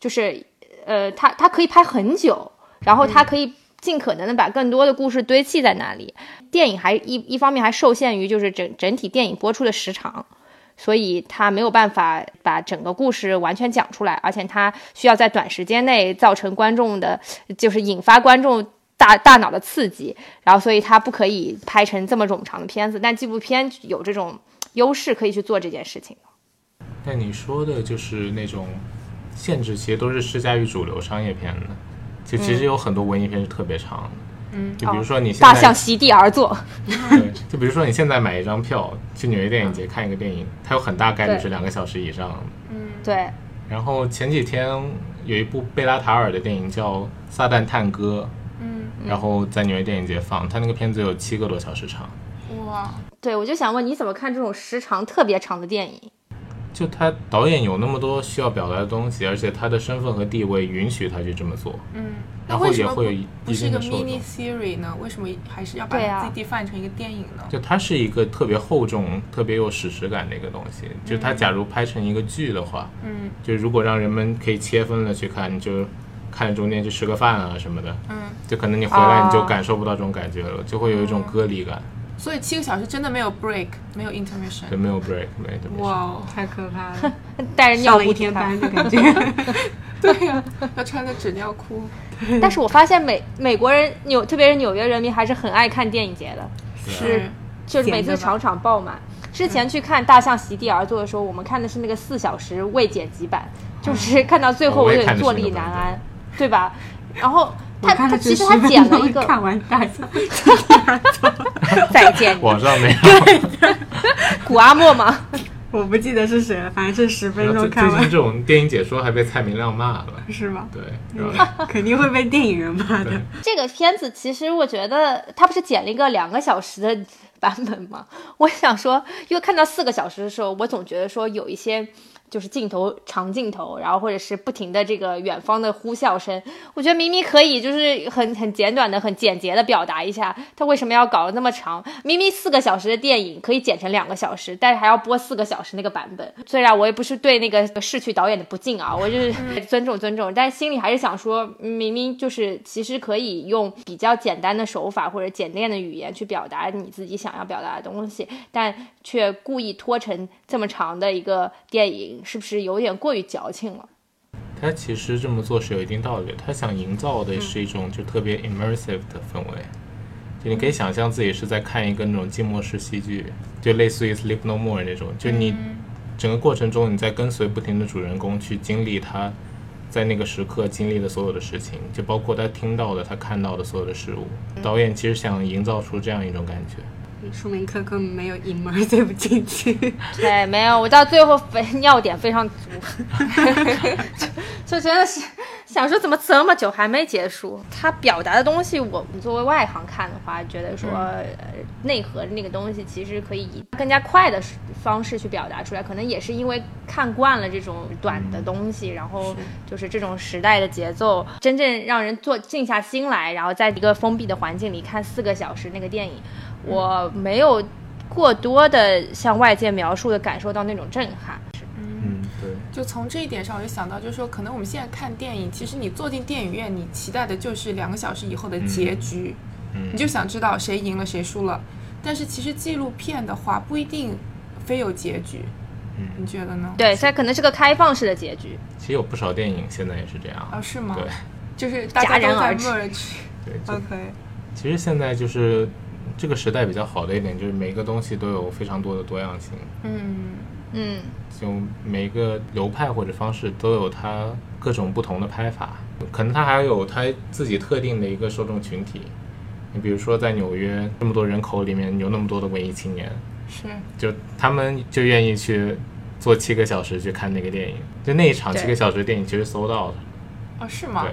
S1: 就是呃，它它可以拍很久，然后它可以尽可能的把更多的故事堆砌在那里。电影还一一方面还受限于就是整整体电影播出的时长，所以他没有办法把整个故事完全讲出来，而且他需要在短时间内造成观众的，就是引发观众大大脑的刺激，然后所以他不可以拍成这么冗长的片子。但纪录片有这种优势，可以去做这件事情。
S3: 但你说的就是那种限制，其实都是施加于主流商业片的。就其实有很多文艺片是特别长的，
S2: 嗯，
S3: 就比如说你现在
S1: 大象席地而坐，
S3: 对，就比如说你现在买一张票去纽约电影
S2: 嗯
S3: 节看一个电影，它有很大概率是两个小时以上的。
S1: 对，
S3: 然后前几天有一部贝拉塔尔的电影叫《撒旦探戈》，
S2: 嗯，
S3: 然后在纽约电影节放，它那个片子有七个多小时长。
S2: 哇，
S1: 对我就想问你怎么看这种时长特别长的电影？
S3: 就他导演有那么多需要表达的东西，而且他的身份和地位允许他去这么做，
S2: 嗯，
S3: 然
S2: 那
S3: 后
S2: 为什
S3: 也
S2: 么
S3: 会有一
S2: 不
S3: 一
S2: 是一
S3: 定
S2: 个
S3: 的受
S2: mini
S3: 众。
S2: series 呢？为什么还是要把
S1: 对啊
S2: 自己范成一个电影呢？
S3: 就它是一个特别厚重、特别有史实感的一个东西。就它假如拍成一个剧的话，
S2: 嗯
S3: 就如果让人们可以切分了去看，就看中间去吃个饭啊什么的，
S2: 嗯，哦
S3: 就可能你回来你就
S1: 哦
S3: 感受不到这种感觉了，就会有一种割离感，
S2: 所以七个小时真的没有 break，没有 intermission
S3: 就。没有 break，没怎么。
S2: 哇哦，
S4: 太可怕了，
S1: 带着
S4: 上
S1: 尿
S4: 了
S1: 布
S4: 一
S1: 去
S4: 天
S1: 看
S4: 班的感觉。
S2: 对呀、要穿个纸尿裤。
S1: 但是我发现美美国人纽，特别是纽约人民还是很爱看电影节的，
S3: 啊
S2: 是，
S1: 就是每
S4: 闲
S1: 次
S4: 着吧嗯
S1: 场场爆满。之前去看《大象席地而坐》的时候，我们看的是那个四小时未剪辑版，就是看到最后
S3: 哦我
S1: 我
S3: 也
S1: 有点
S3: 看的
S1: 坐
S3: 是那
S1: 立
S3: 个
S1: 难
S3: 版本
S1: 安，对吧？然后
S4: 我
S1: 他
S4: 看
S1: 他
S4: 了
S1: 其
S4: 只
S1: 实
S4: 十
S1: 他
S4: 分
S1: 剪了
S4: 钟
S1: 一个
S4: 看完大象，
S1: 再见
S3: 网上没有，
S1: 古阿莫吗？
S4: 我不记得是谁了，反正是十分
S3: 然后
S4: 钟
S3: 啊最
S4: 看
S3: 最近这
S4: 完，
S3: 种电影解说还被蔡明亮骂了，
S4: 是吧？
S3: 对，啊然后
S4: 肯定会被电影人骂的。
S1: 这个片子其实我觉得他不是剪了一个两个小时的版本吗？我想说，因为看到四个小时的时候，我总觉得说有一些就是镜头长镜头，然后或者是不停的这个远方的呼啸声，我觉得明明可以就是很很简短的、很简洁的表达一下，他为什么要搞得那么长？明明四个小时的电影可以剪成两个小时，但是还要播四个小时那个版本。虽然我也不是对那个逝去导演的不敬啊，我就是尊重尊重，但心里还是想说，嗯明明就是其实可以用比较简单的手法或者简练的语言去表达你自己想要表达的东西，但却故意拖成这么长的一个电影，是不是有点过于矫情了？
S3: 他其实这么做是有一定道理的，他想营造的是一种就特别 immersive 的氛围，就你可以想象自己是在看一个那种静默式戏剧，就类似于 Sleep No More 那种，就你整个过程中你在跟随不停的主人公去经历他在那个时刻经历的所有的事情，就包括他听到的、他看到的所有的事物。导演其实想营造出这样一种感觉。
S4: 嗯说明科科没有 immersive 进去，
S1: 对，哎没有，我到最后非 尿点非常足，就就真的是想说怎么这么久还没结束？他表达的东西，我们作为外行看的话，觉得说、呃、内核那个东西其实可以以更加快的方式去表达出来，可能也是因为看惯了这种短的东西，然后就是这种时代的节奏，真正让人坐静下心来，然后在一个封闭的环境里看四个小时那个电影，我没有。过多的向外界描述的感受到那种震撼。
S3: 嗯，对。
S2: 就从这一点上，我就想到，就是说，可能我们现在看电影，其实你坐进电影院，你期待的就是两个小时以后的结局，
S3: 嗯
S2: 你就想知道谁赢了谁输了。但是其实纪录片的话，不一定非有结局，
S3: 嗯
S2: 你觉得呢？
S1: 对，它可能是个开放式的结局。
S3: 其实有不少电影现在也是这样。
S2: 啊，是吗？
S3: 对
S2: 就是大
S1: 戛
S2: 家
S1: 然
S2: 都在
S1: 而止
S2: merge。
S3: 对，就
S2: OK，
S3: 其实现在就是这个时代比较好的一点，就是每个东西都有非常多的多样性，
S2: 嗯
S1: 嗯，
S3: 就每个流派或者方式都有它各种不同的拍法，可能它还有它自己特定的一个受众群体。你比如说，在纽约这么多人口里面，有那么多的文艺青年，
S2: 是，
S3: 就他们就愿意去坐七个小时去看那个电影，就那一场
S1: 对
S3: 七个小时的电影其实搜到的，
S2: 哦，是吗？
S3: 对。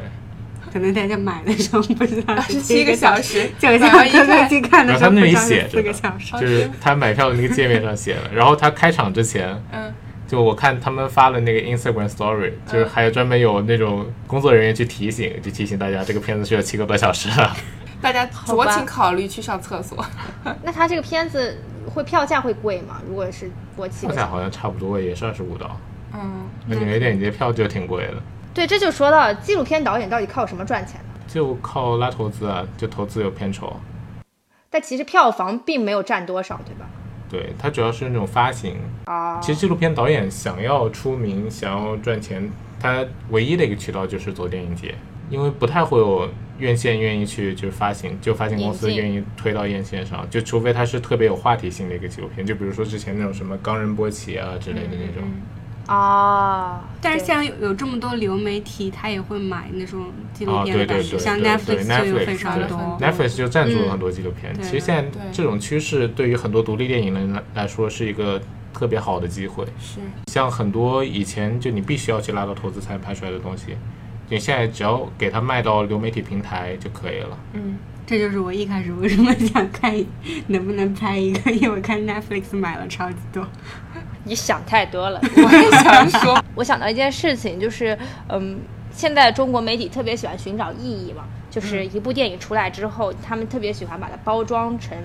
S4: 可能大家买的时候不知道是
S2: 七个小
S4: 时，
S2: 时，
S4: 就像
S2: 买完一
S4: 科科
S2: 看，
S4: 去看的时候不知道是四
S3: 然后他那里写着的
S4: 个小时
S2: 哦。
S3: 就是
S2: 是
S3: 他买票的那个界面上写了。然后他开场之前，
S2: 嗯，
S3: 就我看他们发了那个 Instagram Story，就是
S4: 嗯
S3: 还有专门有那种工作人员去提醒，就提醒大家这个片子是有七个多小时啊 的。
S2: 大家酌
S1: 吧
S2: 情考虑去上厕所。
S1: 那它这个片子会票价会贵吗？如果是国企
S3: 票价好像差不多也是二十五刀，
S2: 嗯，
S3: 那纽约电影节票就挺贵的，
S1: 对，这就说到了纪录片导演到底靠什么赚钱呢？
S3: 就靠拉投资啊，就投资有片酬。
S1: 但其实票房并没有占多少，对吧？
S3: 对，它主要是那种发行。
S1: 啊，
S3: 其实纪录片导演想要出名、想要赚钱，他唯一的一个渠道就是做电影节，因为不太会有院线愿意去就是发行，就发行公司
S1: 引进
S3: 愿意推到院线上，就除非它是特别有话题性的一个纪录片，就比如说之前那种什么《冈仁波齐》啊之类的那种，
S1: 啊，
S4: 但是
S1: 对
S4: 现在有有这么多流媒体，他也会买那种嗯纪录
S3: 啊，
S4: 片的
S3: 对对
S4: 版
S3: 对对，
S4: 权，像
S3: 对
S4: Netflix 就有非常
S3: 对
S4: 多。
S3: Netflix 就赞助了很多纪录片。
S4: 嗯
S3: 其实现在
S2: 对
S3: 这种趋势对于很多独立电影人来来说是一个特别好的机会。
S2: 是
S3: 像很多以前就你必须要去拉到投资才能拍出来的东西，你现在只要给它卖到流媒体平台就可以了。
S2: 嗯，
S4: 这就是我一开始为什么想看能不能拍一个，因为我看 Netflix 买了超级多。
S1: 你想太多了。
S2: 我也想说，
S1: 我想到一件事情，就是嗯，现在中国媒体特别喜欢寻找意义嘛，
S2: 嗯
S1: 就是一部电影出来之后，他们特别喜欢把它包装成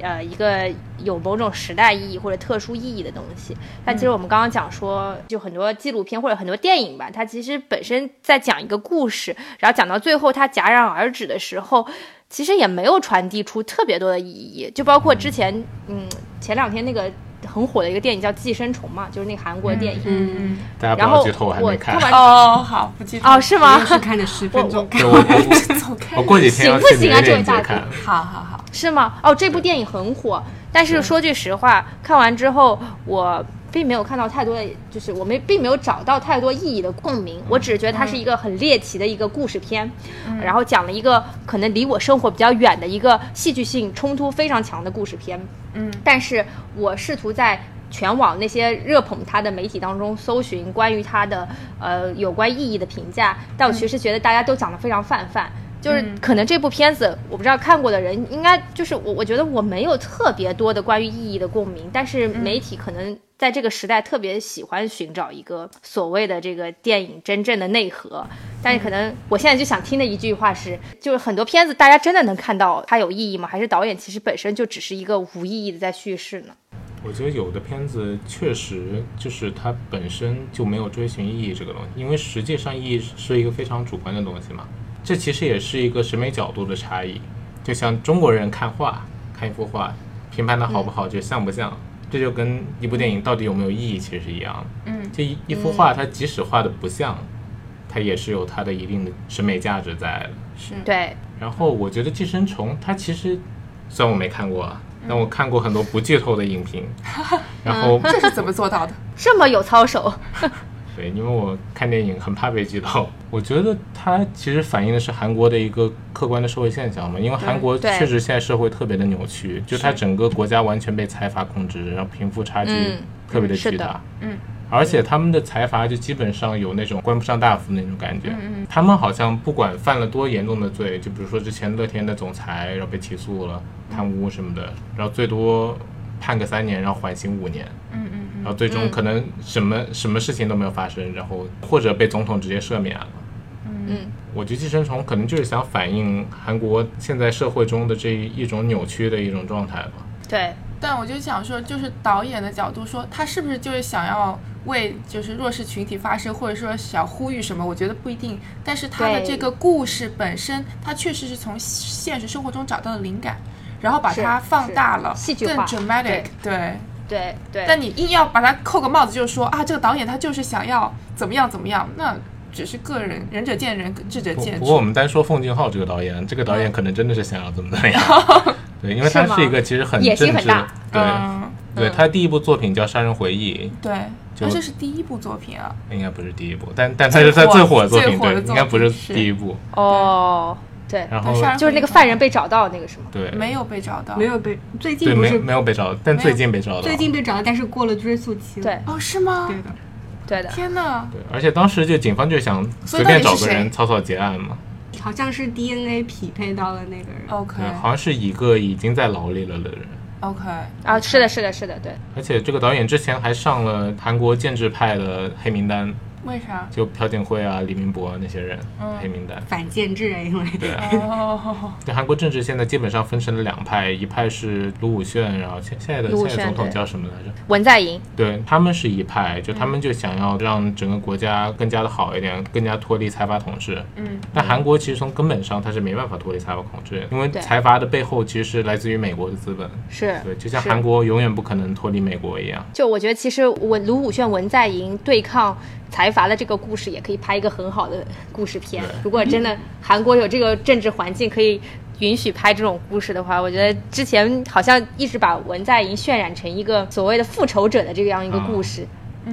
S1: 呃一个有某种时代意义或者特殊意义的东西。但
S2: 嗯
S1: 其实我们刚刚讲说，就很多纪录片或者很多电影吧，它其实本身在讲一个故事，然后讲到最后它戛然而止的时候。其实也没有传递出特别多的意义，就包括之前，嗯，前两天那个很火的一个电影叫《寄生虫》嘛，就是那个韩国电影，
S4: 嗯，
S3: 大家不
S1: 然
S3: 要
S1: 后
S3: 剧透，我还没看
S1: 我。看完
S2: 哦，好，不记住
S1: 哦，，是吗
S4: 啊我？是看了十分钟看
S3: 对，。我我
S2: 走开
S3: 我，过几天要
S1: 行不
S3: 去
S1: 行
S3: 女
S1: 啊
S3: 人
S1: 这位
S3: 节
S1: 大哥
S3: 看。
S2: 好好好，
S1: 是吗？哦，这部电影很火，但是说句实话，看完之后我并没有看到太多的，就是我们并没有找到太多意义的共鸣。我只是觉
S4: 嗯
S1: 得它是一个很猎奇的一个故事片，然后讲了一个可能离我生活比较远的一个戏剧性冲突非常强的故事片。
S2: 嗯
S1: 但是我试图在全网那些热捧他的媒体当中搜寻关于他的呃有关意义的评价，但我其实觉得大家都讲得非常泛泛。就是
S2: 嗯
S1: 可能这部片子，我不知道看过的人应该就是我，我觉得我没有特别多的关于意义的共鸣，但是媒体可能在这个时代特别喜欢寻找一个所谓的这个电影真正的内核，但是可能我现在就想听的一句话是，就是很多片子大家真的能看到它有意义吗？还是导演其实本身就只是一个无意义的在叙事呢？
S3: 我觉得有的片子确实就是它本身就没有追寻意义这个东西，因为实际上意义是一个非常主观的东西嘛。这其实也是一个审美角度的差异。就像中国人看画，看一幅画，评判它好不
S2: 嗯
S3: 好，就像不像，这就跟一部电影到底有没有意义其实是一样的。
S2: 嗯
S3: 这一一幅画，它即使画的不像，它也是有它的一定的审美价值在的。
S2: 是
S1: 对，
S3: 然后我觉得《寄生虫》它其实，虽然我没看过啊，
S1: 嗯
S3: 但我看过很多不剧透的 影评。然后
S1: 嗯
S2: 这是怎么做到的？
S1: 这么有操守，
S3: 对，因为我看电影很怕被剧透。我觉得它其实反映的是韩国的一个客观的社会现象嘛，因为韩国
S1: 对
S3: 确实现在社会特别的扭曲，就它整个国家完全被财阀控制，然后贫富差距
S1: 嗯
S3: 特别的
S1: 嗯是
S3: 巨
S1: 的
S3: 大。
S2: 嗯
S3: 而且他们的财阀就基本上有那种官不上大夫那种感觉，他们好像不管犯了多严重的罪，就比如说之前乐天的总裁，然后被起诉了贪污什么的，然后最多判个三年，然后缓刑五年，
S2: 嗯嗯
S3: 然后最终
S1: 嗯
S3: 可能什么、什么事情都没有发生，然后或者被总统直接赦免了。
S1: 嗯，
S3: 我觉得《寄生虫》可能就是想反映韩国现在社会中的这一种扭曲的一种状态吧。
S1: 对，
S2: 但我就想说，就是导演的角度说，他是不是就是想要为就是弱势群体发声，或者说想呼吁什么？我觉得不一定。但是他的
S1: 对
S2: 这个故事本身，他确实是从现实生活中找到的灵感，然后把
S1: 是
S2: 它放大了，
S1: 是戏剧
S2: 更
S1: 化
S2: dramatic
S1: 对。
S2: 对，
S1: 对，对。
S2: 但你硬要把它扣个帽子，就是说啊，这个导演他就是想要怎么样怎么样，那只是个人，仁者见仁，智者
S3: 不
S2: 见
S3: 不过我
S2: 智。
S3: 们单说奉俊昊这个导演，这个导
S2: 嗯
S3: 演可能真的是想要怎么怎么样。 对，因为他
S1: 是吗
S3: 是一个其实很
S1: 野
S3: 政
S1: 心很
S3: 治，
S1: 大
S3: 对、
S2: 嗯，
S3: 对，他第一部作品叫《杀人回忆
S2: 对，
S3: 就
S2: 那这是第一部作品啊。》，
S3: 应该不是第一部，但但他是他最火的作
S2: 最
S3: 品，
S2: 火的
S3: 对，
S2: 作品
S3: 应该不是
S2: 是
S3: 第一部。
S1: 哦，对，
S3: 然后
S2: 对杀人
S1: 就是那个犯人被找到那个是吗？
S3: 对
S2: 没有被找到，
S4: 没有被最
S3: 对
S4: 近不
S3: 没
S4: 是
S3: 没有被找到，但
S2: 没有
S3: 最近被找到，
S4: 最近被找到，但是过了追溯期了。
S1: 对，
S2: 哦，是吗？
S4: 对的，
S1: 对的，
S2: 天哪！
S3: 对，而且当时就警方就想
S2: 所以
S3: 随
S2: 到底
S3: 便
S2: 是
S3: 找个
S2: 谁
S3: 人草草结案嘛，
S4: 好像是 DNA 匹配到了那个人。
S2: OK
S3: 对，好像是一个已经在牢里了的人。
S2: OK，
S1: 啊，是的，是的，是的，对，
S3: 而且这个导演之前还上了韩国建制派的黑名单，
S2: 为啥？
S3: 就朴槿惠啊、李明博啊那些人、
S2: 嗯
S3: 黑名单。
S4: 反建制啊，因为
S3: 对啊，
S2: 哦，
S3: 就韩国政治现在基本上分成了两派，一派是卢武铉，然后现现在的
S1: 卢武
S3: 现在
S1: 铉
S3: 总统
S1: 对
S3: 叫什么来着？
S1: 文在寅，
S3: 对，他们是一派，就他
S1: 嗯
S3: 们就想要让整个国家更加的好一点，更加脱离财阀统治。
S2: 嗯，
S3: 但韩国其实从根本上它是没办法脱离财阀统治，因为
S1: 对
S3: 财阀的背后其实是来自于美国的资本。
S1: 是，
S3: 对，就像
S1: 是
S3: 韩国永远不可能脱离美国一样。
S1: 就我觉得，其实文卢武铉、文在寅对抗财阀的这个故事，也可以拍一个很好的故事片
S3: 对。
S1: 如果真的韩国有这个政治环境可以允许拍这种故事的话，我觉得之前好像一直把文在寅渲染成一个所谓的复仇者的这样一个故事，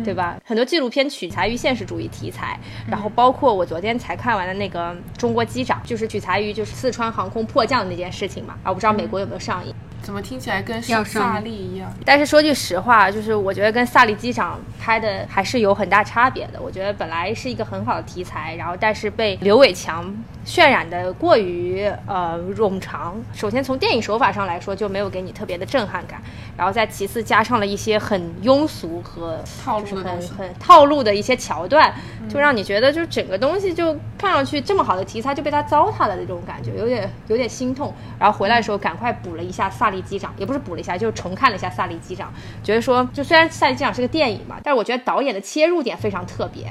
S1: 对吧？很多纪录片取材于现实主义题材，然后包括我昨天才看完的那个《中国机长》，就是取材于就是四川航空迫降的那件事情嘛。啊，我不知道美国有没有上映。
S2: 怎么听起来跟
S4: 要上
S2: 萨利一样？
S1: 但是说句实话，就是我觉得跟萨利机长拍的还是有很大差别的。我觉得本来是一个很好的题材，然后但是被刘伟强渲染的过于呃冗长。首先从电影手法上来说，就没有给你特别的震撼感，然后再其次加上了一些很庸俗和
S2: 套
S1: 就是
S2: 路的
S1: 很
S2: 东西
S1: 很套路的一些桥段，就让你觉得就整个东西就看上去这么好的题材就被他糟蹋了的这种感觉，有点有点心痛。然后回来的时候赶快补了一下《萨利机长》，也不是补了一下，就是重看了一下《萨利机长》，觉得说就虽然《萨利机长》是个电影嘛，但是我觉得导演的切入点非常特别。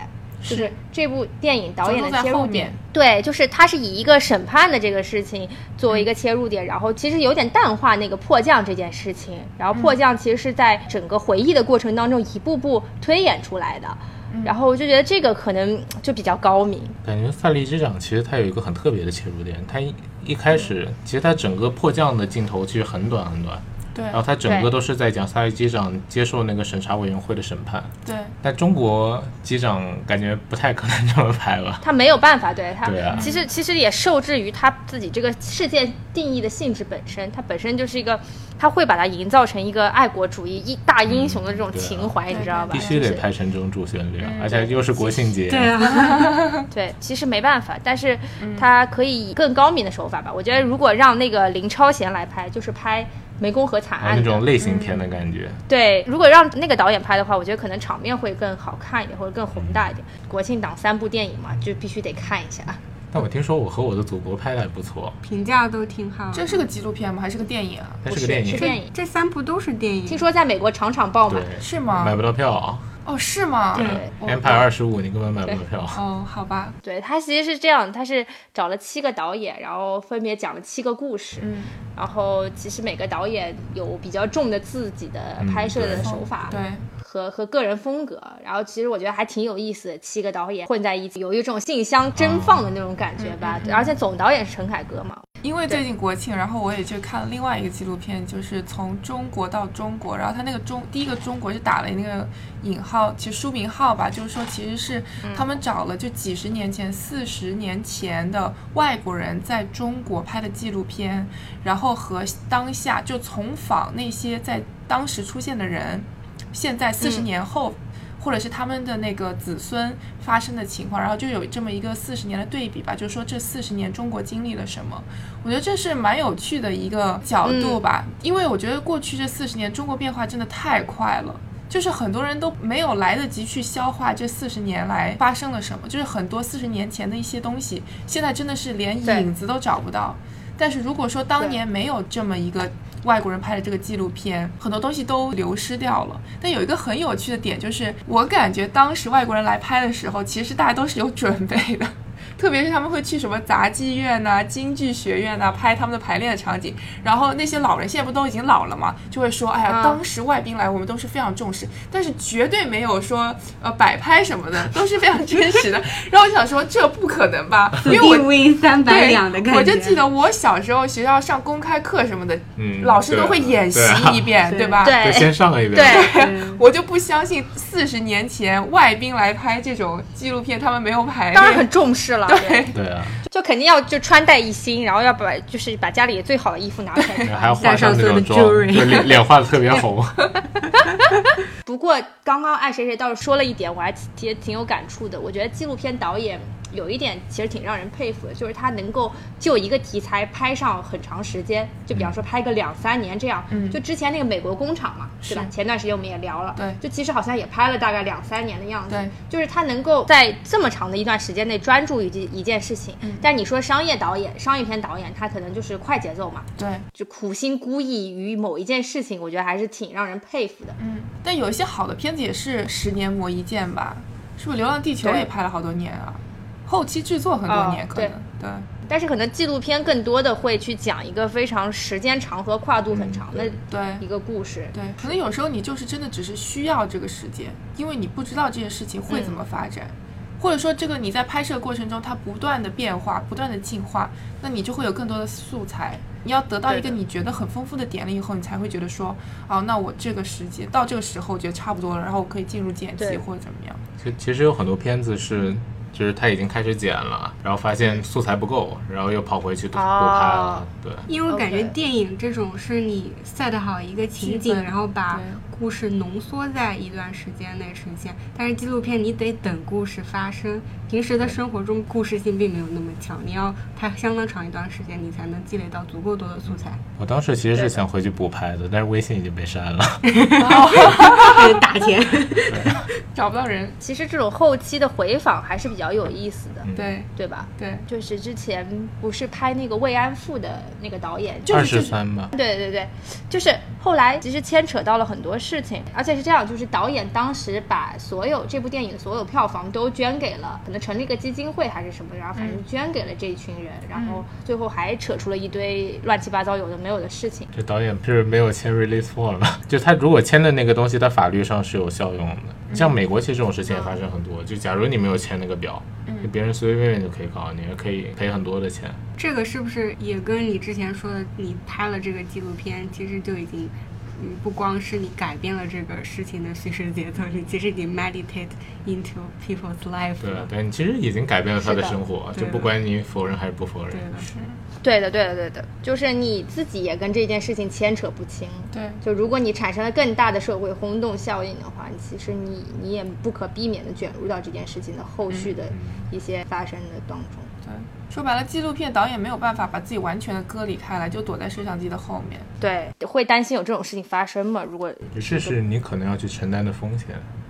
S1: 就是这部电影导演
S2: 着
S1: 的
S2: 重在
S1: 切
S2: 后
S1: 入
S2: 面
S1: 点，对，就是他是以一个审判的这个事情作
S2: 嗯
S1: 为一个切入点，然后其实有点淡化那个迫降这件事情，然后迫
S2: 嗯
S1: 降其实是在整个回忆的过程当中一步步推演出来的，
S2: 嗯
S1: 然后我就觉得这个可能就比较高明，
S3: 感觉萨利机长其实他有一个很特别的切入点，他一一
S1: 嗯
S3: 开始其实他整个迫降的镜头其实很短很短，
S2: 对
S3: 然后他整个
S1: 对
S3: 都是在讲萨利机长接受那个审查委员会的审判。
S2: 对，
S3: 但中国机长感觉不太可能这么拍 吧？
S1: 他没有办法，对他
S3: 对啊
S1: 其实其实也受制于他自己这个事件定义的性质本身，他本身就是一个，他会把它营造成一个爱国主义一大英雄的这种
S3: 对啊
S1: 情怀，你知道吧？
S3: 必须得
S1: 就是
S3: 拍成这种主旋律，啊而且又是国庆节，
S4: 对啊，
S1: 对，其实没办法，但是
S2: 嗯
S1: 他可以以更高明的手法吧。我觉得如果让那个林超贤来拍，就是拍《湄公河惨
S3: 然后
S1: 案
S3: 啊那》
S1: 的，
S3: 种类型片的感觉。
S1: 对，如果让那个导演拍的话，我觉得可能场面会更好看一点，或者更宏大一点。国庆档三部电影嘛，就必须得看一下。
S2: 嗯
S3: 但我听说《我和我的祖国》拍的还不错，
S4: 评价都挺好。
S2: 这是个纪录片吗？还是个电影啊？
S3: 它是个电
S1: 是
S3: 影，
S1: 电影，
S4: 这三部都是电影，
S1: 听说在美国场场爆满
S3: 对。，
S2: 是吗？
S3: 买不到票
S2: 哦，是吗？
S1: 对
S2: 我
S3: ，M 派二十五你根本买不到票。
S2: 哦，好吧，
S1: 对他其实是这样，他是找了七个导演，然后分别讲了七个故事，
S2: 嗯，
S1: 然后其实每个导演有比较重的自己的拍摄的
S3: 嗯对
S1: 手法，
S2: 对，
S1: 和和个人风格，然后其实我觉得还挺有意思的，七个导演混在一起，有一种竞相争放的那种感觉吧。而且总导演是陈凯歌嘛，
S2: 因为最近国庆，然后我也去看了另外一个纪录片，就是从中国到中国，然后他那个中第一个中国是打了那个引号，其实书名号吧，就是说其实是他们找了就几十年前、四十年前的外国人在中国拍的纪录片，然后和当下就重访那些在当时出现的人，现在四十
S1: 嗯
S2: 年后。或者是他们的那个子孙发生的情况，然后就有这么一个四十年的对比吧，就是说这四十年中国经历了什么。我觉得这是蛮有趣的一个角度吧，因为我觉得过去这四十年中国变化真的太快了。就是很多人都没有来得及去消化这四十年来发生了什么，就是很多四十年前的一些东西，现在真的是连
S1: 对
S2: 影子都找不到。但是如果说当
S1: 对
S2: 年没有这么一个外国人拍的这个纪录片，很多东西都流失掉了。但有一个很有趣的点，就是我感觉当时外国人来拍的时候，其实大家都是有准备的。 特别是他们会去什么杂技院呐、京剧学院呐、拍他们的排练的场景，然后那些老人现在不都已经老了嘛，就会说，哎呀，
S1: 啊
S2: 当时外宾来我们都是非常重视，但是绝对没有说呃摆拍什么的，都是非常真实的。然后我想说这不可能吧，因为我
S4: 一 win 三百
S2: 对，
S4: 两的感觉。
S2: 我就记得我小时候学校上公开课什么的，
S3: 嗯
S2: 老师都会演习
S3: 对啊
S2: 一遍，
S4: 对
S2: 吧？
S1: 对
S3: 就先上一遍，啊
S1: 对
S4: 对
S2: 我就不相信四十年前外宾来拍这种纪录片，他们没有排练。
S1: 当然很重视了，对，
S2: 哎 对，
S3: 对啊，
S1: 就肯定要就穿戴一新，然后要把就是把家里最好的衣服拿出来。
S3: 然后还要画上那种妆，
S4: 戴上所有的 jewelry
S3: 就脸脸画的特别红。
S1: 不过刚刚爱谁谁倒是说了一点，我还挺挺有感触的。我觉得纪录片导演有一点其实挺让人佩服的，就是他能够就一个题材拍上很长时间，就比方说拍个两三年这样。
S2: 嗯
S1: 就之前那个美国工厂嘛，对吧？
S2: 是
S1: 前段时间我们也聊了，
S2: 对
S1: 就其实好像也拍了大概两三年的样子。
S2: 对，
S1: 就是他能够在这么长的一段时间内专注于这一件事情。
S2: 嗯
S1: 但你说商业导演、商业片导演，他可能就是快节奏嘛，
S2: 对，
S1: 就苦心孤诣于某一件事情，我觉得还是挺让人佩服的。
S2: 嗯。但有一些好的片子也是十年磨一剑吧，是不是《流浪地球》
S1: 对
S2: 也拍了好多年啊？后期制作很多
S1: 哦
S2: 年，可
S1: 对
S2: 能对。
S1: 但是可能纪录片更多的会去讲一个非常时间长和跨度很长的
S2: 嗯对
S1: 一个故事。
S2: 对，可能有嗯时候你就是真的只是需要这个时间，因为你不知道这件事情会怎么发展，或者说这个你在拍摄过程中它不断的变化、不断的进化，那你就会有更多的素材。你要得到一个
S1: 对的
S2: 你觉得很丰富的点了以后，你才会觉得说，哦，那我这个时间到这个时候，我觉得差不多了，然后我可以进入剪辑
S1: 对
S2: 或者怎么样。
S3: 其其实有很多片子是，就是他已经开始剪了，然后发现素材不够，然后又跑回去多多拍
S1: 哦。
S3: 了对，
S4: 因为我感觉
S1: OK
S4: 电影这种是你 set 好一个情
S2: 剧
S4: 景，
S2: 本
S4: 然后把
S2: 对
S4: 故事浓缩在一段时间内呈现。但是纪录片你得等故事发生，平时的生活中故事性并没有那么强，你要拍相当长一段时间，你才能积累到足够多的素 材。
S3: 我当时其实是想回去补拍的，但是微信已经被删了。
S4: 还得打钱，
S2: 找不到人，
S1: 其实这种后期的回访还是比较有意思的，
S3: 嗯
S2: 对
S1: 对吧？
S2: 对，
S1: 就是之前不是拍那个慰安妇的那个导演，
S2: 就
S3: 二
S2: 是就
S3: 十
S2: 是
S3: 三吧，
S1: 对对对，就是后来其实牵扯到了很多事情，而且是这样，就是导演当时把所有这部电影的所有票房都捐给了，可能成立一个基金会还是什么，然后反正捐给了这一群人，然后最后还扯出了一堆乱七八糟有的没有的事情。
S3: 这导演是没有签 release form，就 他如果签的那个东西，在法律上是有效用的。像美国其实这种事情也发生很多，就假如你没有签那个表，就别人随随便便就可以告你，也可以赔很多的钱。
S4: 这个是不是也跟你之前说的，你拍了这个纪录片，其实就已经，嗯，不光是你改变了这个事情的叙事节奏，你其实你 meditate into people's life
S3: 对
S4: 了。
S3: 对，你其实已经改变了他
S1: 是
S3: 的
S1: 的
S3: 生活，
S4: 对
S3: 就
S4: 嗯的
S3: 不管你否认还是不否认
S4: 对。的，
S1: 对的，对的，对的，就是你自己也跟这件事情牵扯不清。
S2: 对，
S1: 就如果你产生了更大的社会轰动效应的话，你其实你你也不可避免的卷入到这件事情的后续的一些发生的当中。
S2: 对，说白了，纪录片导演没有办法把自己完全的割离开来，就躲在摄像机的后面。
S1: 对，会担心有这种事情发生吗？如果
S3: 这是你可能要去承担的风险。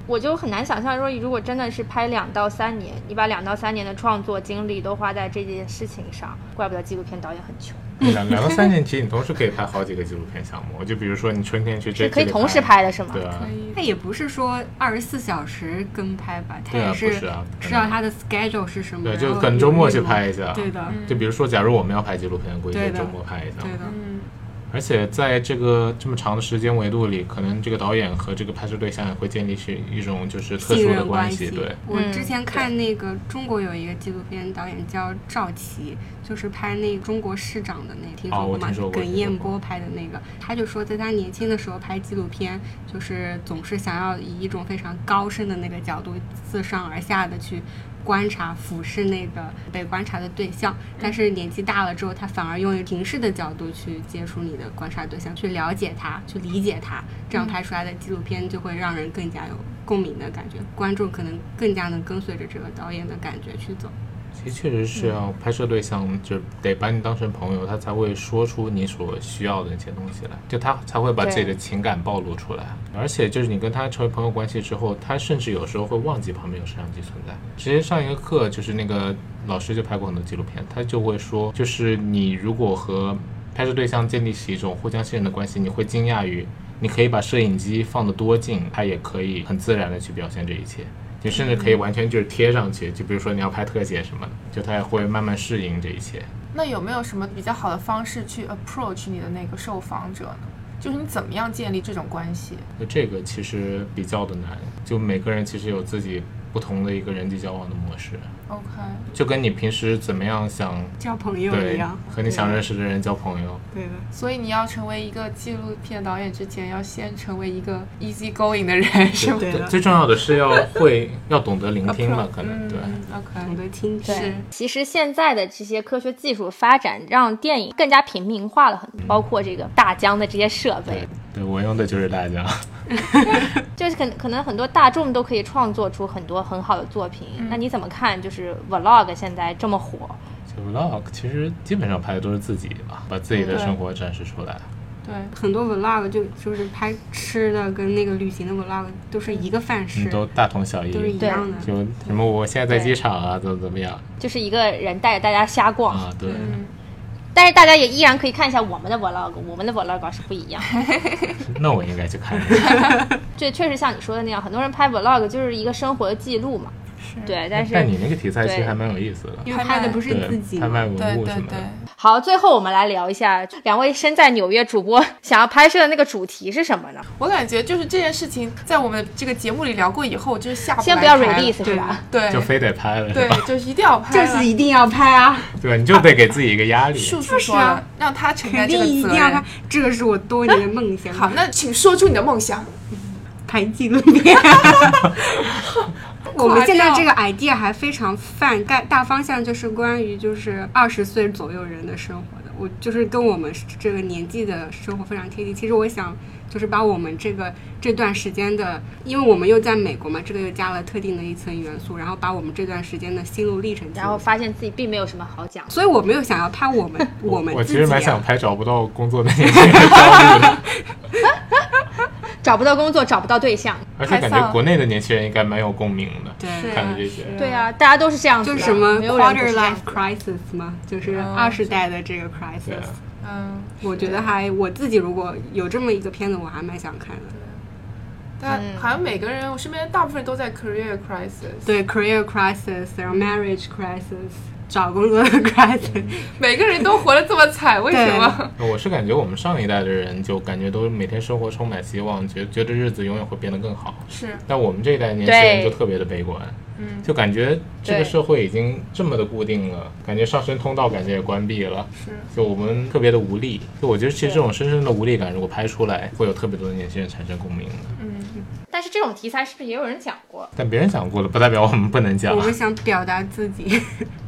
S1: 我就很难想象，说如果真的是拍两到三年，你把两到三年的创作精力都花在这件事情上，怪不得纪录片导演很穷，
S3: 两两到三年其实你同时可以拍好几个纪录片项目，就比如说你春天去这
S1: 是可以同时，拍的，是吗？
S3: 对啊
S2: 可，以，
S4: 他也不是说二十四小时跟拍吧，他
S3: 对啊
S4: 也
S3: 不是啊不可能
S4: 知道他的 schedule 是什么，
S3: 对，
S4: 然
S3: 就
S4: 后
S3: 可能
S4: 有
S3: 周末去
S4: 内容
S3: 拍一下。
S4: 对的，
S3: 就比如说，假如我们要拍纪录片，估计就
S4: 对的
S3: 周末拍一下。
S4: 对的，
S2: 嗯，
S3: 而且在这个这么长的时间维度里，可能这个导演和这个拍摄对象也会建立起一种就是特
S4: 信
S3: 殊的
S4: 任
S3: 关
S4: 系。
S3: 对，
S4: 我
S1: 嗯
S4: 之前看那个中国有一个纪录片导演叫赵琦，就是拍那中国市长的那个，听
S3: 哦
S4: 说
S3: 我
S4: 过吗？
S3: 听说过
S4: 耿
S3: 听说
S4: 彦
S3: 过
S4: 波拍的那个，他就说在他年轻的时候拍纪录片，就是总是想要以一种非常高深的那个角度，自上而下的去。观察、俯视那个被观察的对象，但是年纪大了之后，他反而用平视的角度去接触你的观察对象，去了解他，去理解他，这样拍出来的纪录片就会让人更加有共鸣的感觉，观众可能更加能跟随着这个导演的感觉去走。
S3: 其实确实是要拍摄对象就得把你当成朋友，他才会说出你所需要的那些东西来，就他才会把自己的情感暴露出来。而且就是你跟他成为朋友关系之后，他甚至有时候会忘记旁边有摄像机存在。之前上一个课就是那个老师就拍过很多纪录片，他就会说，就是你如果和拍摄对象建立起一种互相信任的关系，你会惊讶于你可以把摄影机放得多近，它也可以很自然的去表现这一切。你甚至可以
S4: 嗯
S3: 完全就是贴上去，就比如说你要拍特写什么的，就它也会慢慢适应这一切。
S2: 那有没有什么比较好的方式去 approach 你的那个受访者呢？就是你怎么样建立这种关系？
S3: 那这个其实比较的难，就每个人其实有自己不同的一个人际交往的模式，
S2: OK，
S3: 就跟你平时怎么样想
S4: 交朋友一
S3: 对
S4: 样，
S3: 和你想认识的人交朋友，
S4: 对的，
S2: 所以你要成为一个纪录片导演之前，要先成为一个 easy going 的人，是吗？
S4: 对的
S3: 最重要的是 要会要懂得聆听吧
S2: Approach，，
S3: 可能对。
S2: 嗯
S4: 懂
S2: ，OK，
S4: 得倾
S1: 对
S4: 听，，
S1: 其实现在的这些科学技术发展，让电影更加平民化了很多，包括这个大疆的这些设备，
S3: 嗯对，对我用的就是大家，
S1: 就是可可能很多大众都可以创作出很多很好的作品。
S3: 嗯
S1: 那你怎么看？就是 vlog 现在这么火，
S3: 就 vlog 其实基本上拍的都是自己吧，把自己的
S4: 嗯
S2: 对
S3: 生活展示出来。
S2: 对，
S4: 很多 vlog 就就是拍吃的跟那个旅行的 vlog 都
S2: 嗯
S4: 是一个饭
S3: 你
S4: 吃，
S3: 嗯都大同小异，
S4: 都是一样的。
S3: 就什么我现在在
S1: 对
S3: 机场啊，怎么怎么样
S1: 就是一个人带着大家瞎
S4: 哦
S1: 逛，
S3: 啊？对，
S2: 嗯，
S1: 但是大家也依然可以看一下我们的 vlog，我们的 vlog 啊是不一 样的。
S3: 那我 应该去看一下。
S1: 这确实像你说的那样，很多人拍 vlog 就是一个生活的记录嘛。对，但是
S3: 哎但你那个题材其实
S1: 对
S3: 还蛮有意思的，
S4: 因为拍的不是自己
S3: 对，拍
S4: 嘛，
S3: 卖
S2: 对
S3: 文物
S2: 对
S3: 什么
S2: 对
S3: 的。，
S1: 好，最后我们来聊一下两位身在纽约主播想要拍摄的那个主题是什么呢？
S2: 我感觉就是这件事情，在我们这个节目里聊过以后，就是下
S1: 先
S2: 不
S1: 不要
S2: 来拍
S1: release 是
S4: 对
S1: 吧？
S2: 对
S3: 就非得拍了，是吧？
S2: 对，就是一定要拍
S4: 就
S2: 了，
S4: 是一定要拍啊，
S3: 对，你就得给自己一个 压力。
S2: 叔叔
S4: 就是
S2: 说
S4: 啊
S2: 了，让他承
S4: 肯
S2: 担这
S4: 定
S2: 个
S4: 一
S2: 责
S4: 定要拍
S2: 任。。
S4: 这个是我多年的梦想，
S2: 好，那请说出你的梦想。
S4: 拍纪录片。我们现在
S2: 垮掉
S4: 这个 idea 还非常泛，大大方向就是关于就是二十岁左右人的生活的，我就是跟我们这个年纪的生活非常贴近。其实我想就是把我们这个这段时间的，因为我们又在美国嘛，这个又加了特定的一层元素，然后把我们这段时间的心路历程记录，
S1: 然后发现自己并没有什么好讲。
S4: 所以我没有想要拍我们我们
S3: 我
S4: 自
S3: 其
S4: 己、啊，
S3: 实蛮想拍找不到工作的年轻人 焦虑的，
S1: 找不到工作，找不到对象。
S3: 而且感
S2: 太丧
S3: 觉
S2: 了
S3: 国内的年轻人应该蛮有共鸣的。
S4: 对
S1: 是。
S3: 看的这些，
S2: 嗯
S1: 对啊，大家都是这样子
S4: 就
S1: 的，
S4: 是什么
S1: 没有人不
S4: quarter
S1: 是这样
S4: life crisis 嘛，就是
S2: 嗯
S4: 二十代的这个 crisis，、
S3: 对啊
S2: 嗯，
S4: 我觉得还我自己如果有这么一个片子，我还蛮想看的。
S2: 嗯但好像每个人，我身边大部分都在 career crisis，
S4: 对，career crisis，然后 marriage crisis，找工作的 crisis，
S2: 每个人都活得这么惨， 为什么？
S3: 我是感觉我们上一代的人就感觉都每天生活充满希望，觉觉得日子永远会变得更好。
S2: 是，
S3: 但我们这一代年轻人
S1: 对
S3: 就特别的悲观，
S2: 嗯，
S3: 就感觉这
S1: 对
S3: 个社会已经这么的固定了，感觉上升通道感觉也关闭了，
S2: 是，
S3: 就我们特别的无力。就我觉得其实这种深深的无力感，如果拍出来，会有特别多的年轻人产生共鸣的。
S2: 嗯，
S1: 但是这种题材是不是也有人讲过？
S3: 但别人讲过了，不代表我们不能讲
S4: 我。们想表达自己。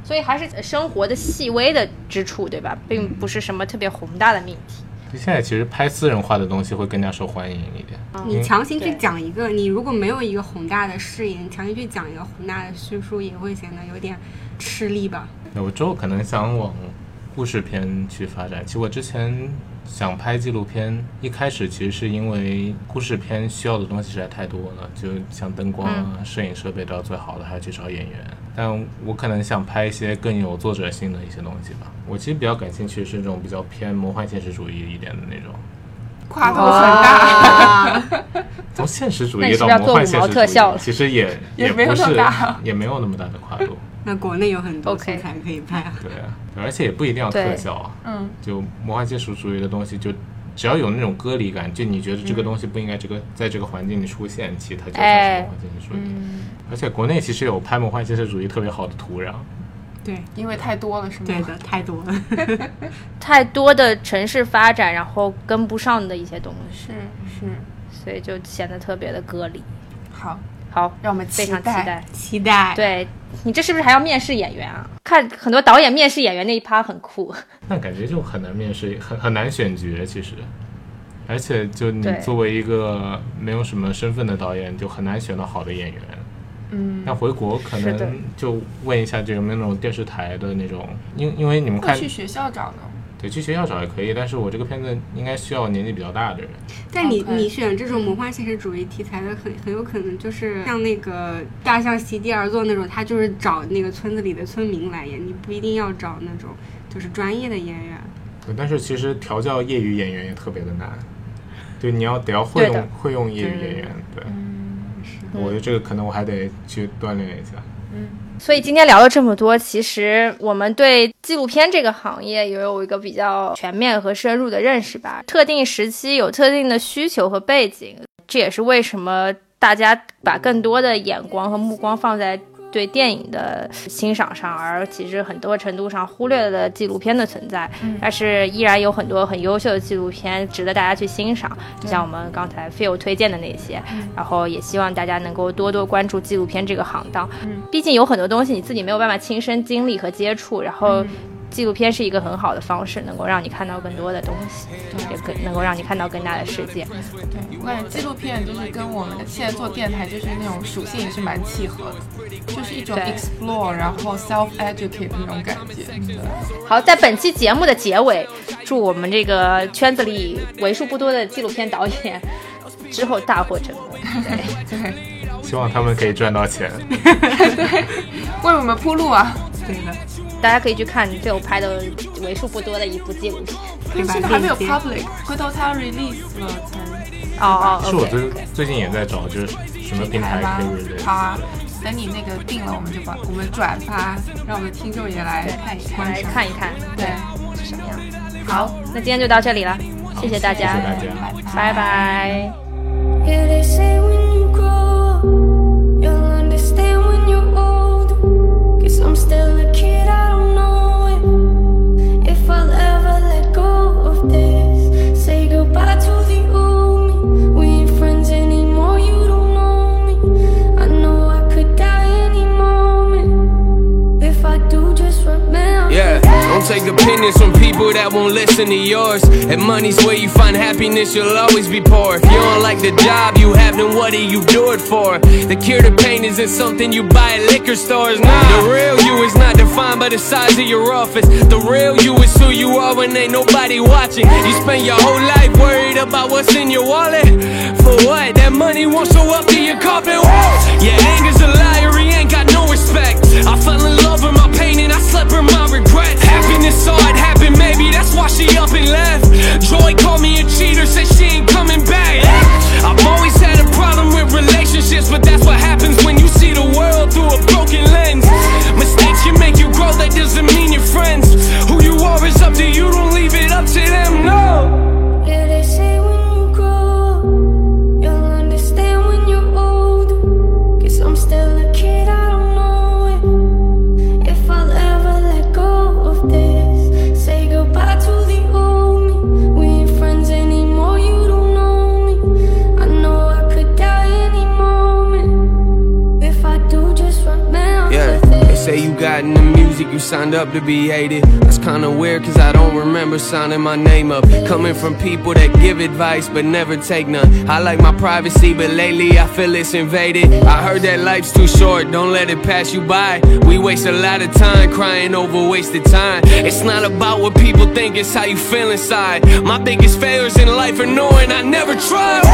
S1: 所以还是生活的细微的之处，对吧？并不是什么特别宏大的命题。
S3: 就现在其实拍私人化的东西会更加受欢迎一点。
S2: 嗯
S4: 你强行去
S1: 对
S4: 讲一个，你如果没有一个宏大的视野，你强行去讲一个宏大的叙述，也会显得有点吃力吧。
S3: 对我之后可能想往故事片去发展。其实我之前想拍纪录片，一开始其实是因为故事片需要的东西实在太多了，就像灯光啊、
S1: 嗯
S3: 摄影设备都要最好的，还要去找演员。但我可能想拍一些更有作者性的一些东西吧。我其实比较感兴趣是这种比较偏魔幻现实主义一点的那种，
S2: 跨度很大，
S1: 啊，
S3: 从现实主
S1: 那你
S3: 义
S1: 是
S3: 到
S1: 不是要
S3: 魔
S1: 做
S3: 幻
S1: 五
S3: 现
S1: 毛
S3: 实
S1: 特
S3: 主
S1: 效了
S3: 义，其实也
S2: 也没有
S3: 不
S2: 那么
S3: 是
S2: 大
S3: 也没有那么大的跨度。
S4: 那国内有很多素
S1: OK
S4: 材可以拍啊。
S3: 对，对而且也不一定要
S1: 对
S3: 特效啊。
S2: 嗯，
S3: 就魔幻现实主义的东西，就只要有那种割离感，就你觉得
S1: 嗯
S3: 这个东西不应该这个、在这个环境里出现，其实它就
S1: 哎
S3: 算是魔幻现实主义。
S1: 嗯
S3: 而且国内其实有拍魔幻现实主义特别好的土壤，
S4: 对，
S2: 因为太多了，是吗？
S4: 对的，太多了。
S1: 太多的城市发展，然后跟不上的一些东西，
S2: 是是，
S1: 所以就显得特别的割离。
S2: 好，
S1: 好，
S2: 让我们
S1: 非
S2: 期
S1: 常期
S2: 待。
S1: 待。
S4: 期待。
S1: 对你这是不是还要面试演员啊？看很多导演面试演员那一趴很酷。
S3: 但感觉就很难面试，很很难选角其实。而且就你
S1: 对
S3: 作为一个没有什么身份的导演，就很难选到好的演员。
S2: 嗯，
S3: 但回国可
S1: 是的
S3: 能就问一下，就有没有那种电视台的那种，因因为你们
S2: 会
S3: 看
S2: 去学校找呢？
S3: 对，去学校找也可以，但是我这个片子应该需要年纪比较大的人。
S4: 但你
S2: OK
S4: 你选这种魔幻现实主义题材的很，很有可能就是像那个《大象席地而坐》那种，他就是找那个村子里的村民来演，你不一定要找那种就是专业的演员。
S3: 对，但是其实调教业余演员也特别的难，就你要得要会
S1: 对嗯的
S3: 用会用业余演员。对，
S2: 嗯
S3: 我觉得这个可能我还得去锻炼一下。
S1: 所以今天聊了这么多，其实我们对纪录片这个行业也有一个比较全面和深入的认识吧。特定时期有特定的需求和背景，这也是为什么大家把更多的眼光和目光放在。对电影的欣赏上，而其实很多程度上忽略了纪录片的存在，但是依然有很多很优秀的纪录片值得大家去欣赏，就像我们刚才 Phil 推荐的那些，然后也希望大家能够多多关注纪录片这个行当，毕竟有很多东西你自己没有办法亲身经历和接触，然后纪录片是一个很好的方式，能够让你看到更多的东西，也更能够让你看到更大的世界。
S2: 对，我感觉纪录片就是跟我们现在做电台就是那种属性也是蛮契合的，就是一种
S1: 对
S2: explore 然后 self educate 那种感觉。对，
S1: 好，在本期节目的结尾，祝我们这个圈子里为数不多的纪录片导演之后大获成功。 对，
S3: 希望他们可以赚到钱。
S2: 为我们铺路啊！
S4: 对的，
S1: 大家可以去看最后拍的为数不多的一部纪录片。
S2: 可是现在还没有 public，回头它 release 了才
S1: 哦哦
S3: 是我
S1: ，OK，
S3: 最最近也在找，就是什么平
S2: 台
S3: 台
S2: 吗
S3: 可以？
S2: 好啊，等你那个定了，我们就把我们转发，让我们的听众也来看一看。
S1: 来看一看
S2: 对，
S1: 是什么样子。
S2: 好，
S1: 那今天就到这里了，谢谢大家，
S3: 谢谢大家。
S1: 拜拜。
S5: Yeah, they say when you grow up, you'll understand when you're old. Guess I'm still a kid, I don't know if, if I'll ever let go of this. Say goodbye to the old me. We ain't friends anymore, you don't know me. I know I could die any moment. If I do, just remember.
S6: Yeah, don't take opinions from people that won't listen to yours. And money's where you find happiness, you'll always be poor. If you don't like the job you have, then what do you do it for? The cure to pain isn't something you buy at liquor stores. Nah, the real you is not defined by the size of your office. The real you is who you are when ain't nobody watching. You spend your whole life worried about what's in your wallet. For what? That money won't show up to your carpet wall. Yeah, anger's a liar, he ain't got no respect. I fell in love with my pain and I slept with my regrets. Happiness saw it happen, maybe that's why she up and left. Joy called me a cheater, said she ain't coming back. I've always had a problem with relationships, but that's what happens when you see the world through a broken lens. Mistakes can make you grow, that doesn't mean you're friends. Who you are is up to you, don't leave it up to them, no.
S5: Yeah, they say when you grow up, you'll understand when you're old. Guess I'm still a kid, I don't know it. If I'll ever let go of this, say goodbye to the old me. We ain't friends anymore, you don't know me. I know I could die any moment. If I do, just remember
S6: Yeah, they
S5: this.
S6: say you got in the music, you signed up to be hated. That's kinda weird, cause I don't remember signing my name up. Coming from people that give advice but never take none. I like my privacy, but lately I feel it's invaded. I heard that life's too short, don't let it pass you by. We waste a lot of time crying over wasted time. It's not about what people think, it's how you feel inside. My biggest failures in life are knowing I never tried.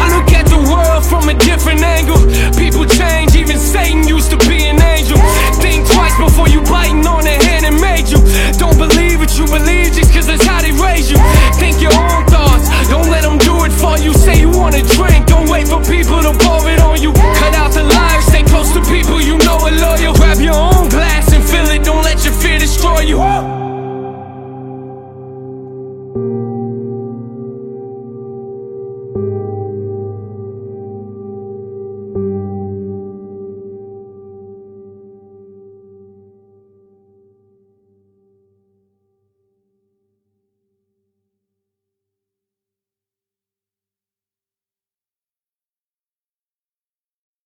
S6: I look at the world from a different angle. People change, even Satan used to be an angel. Think twice before you buy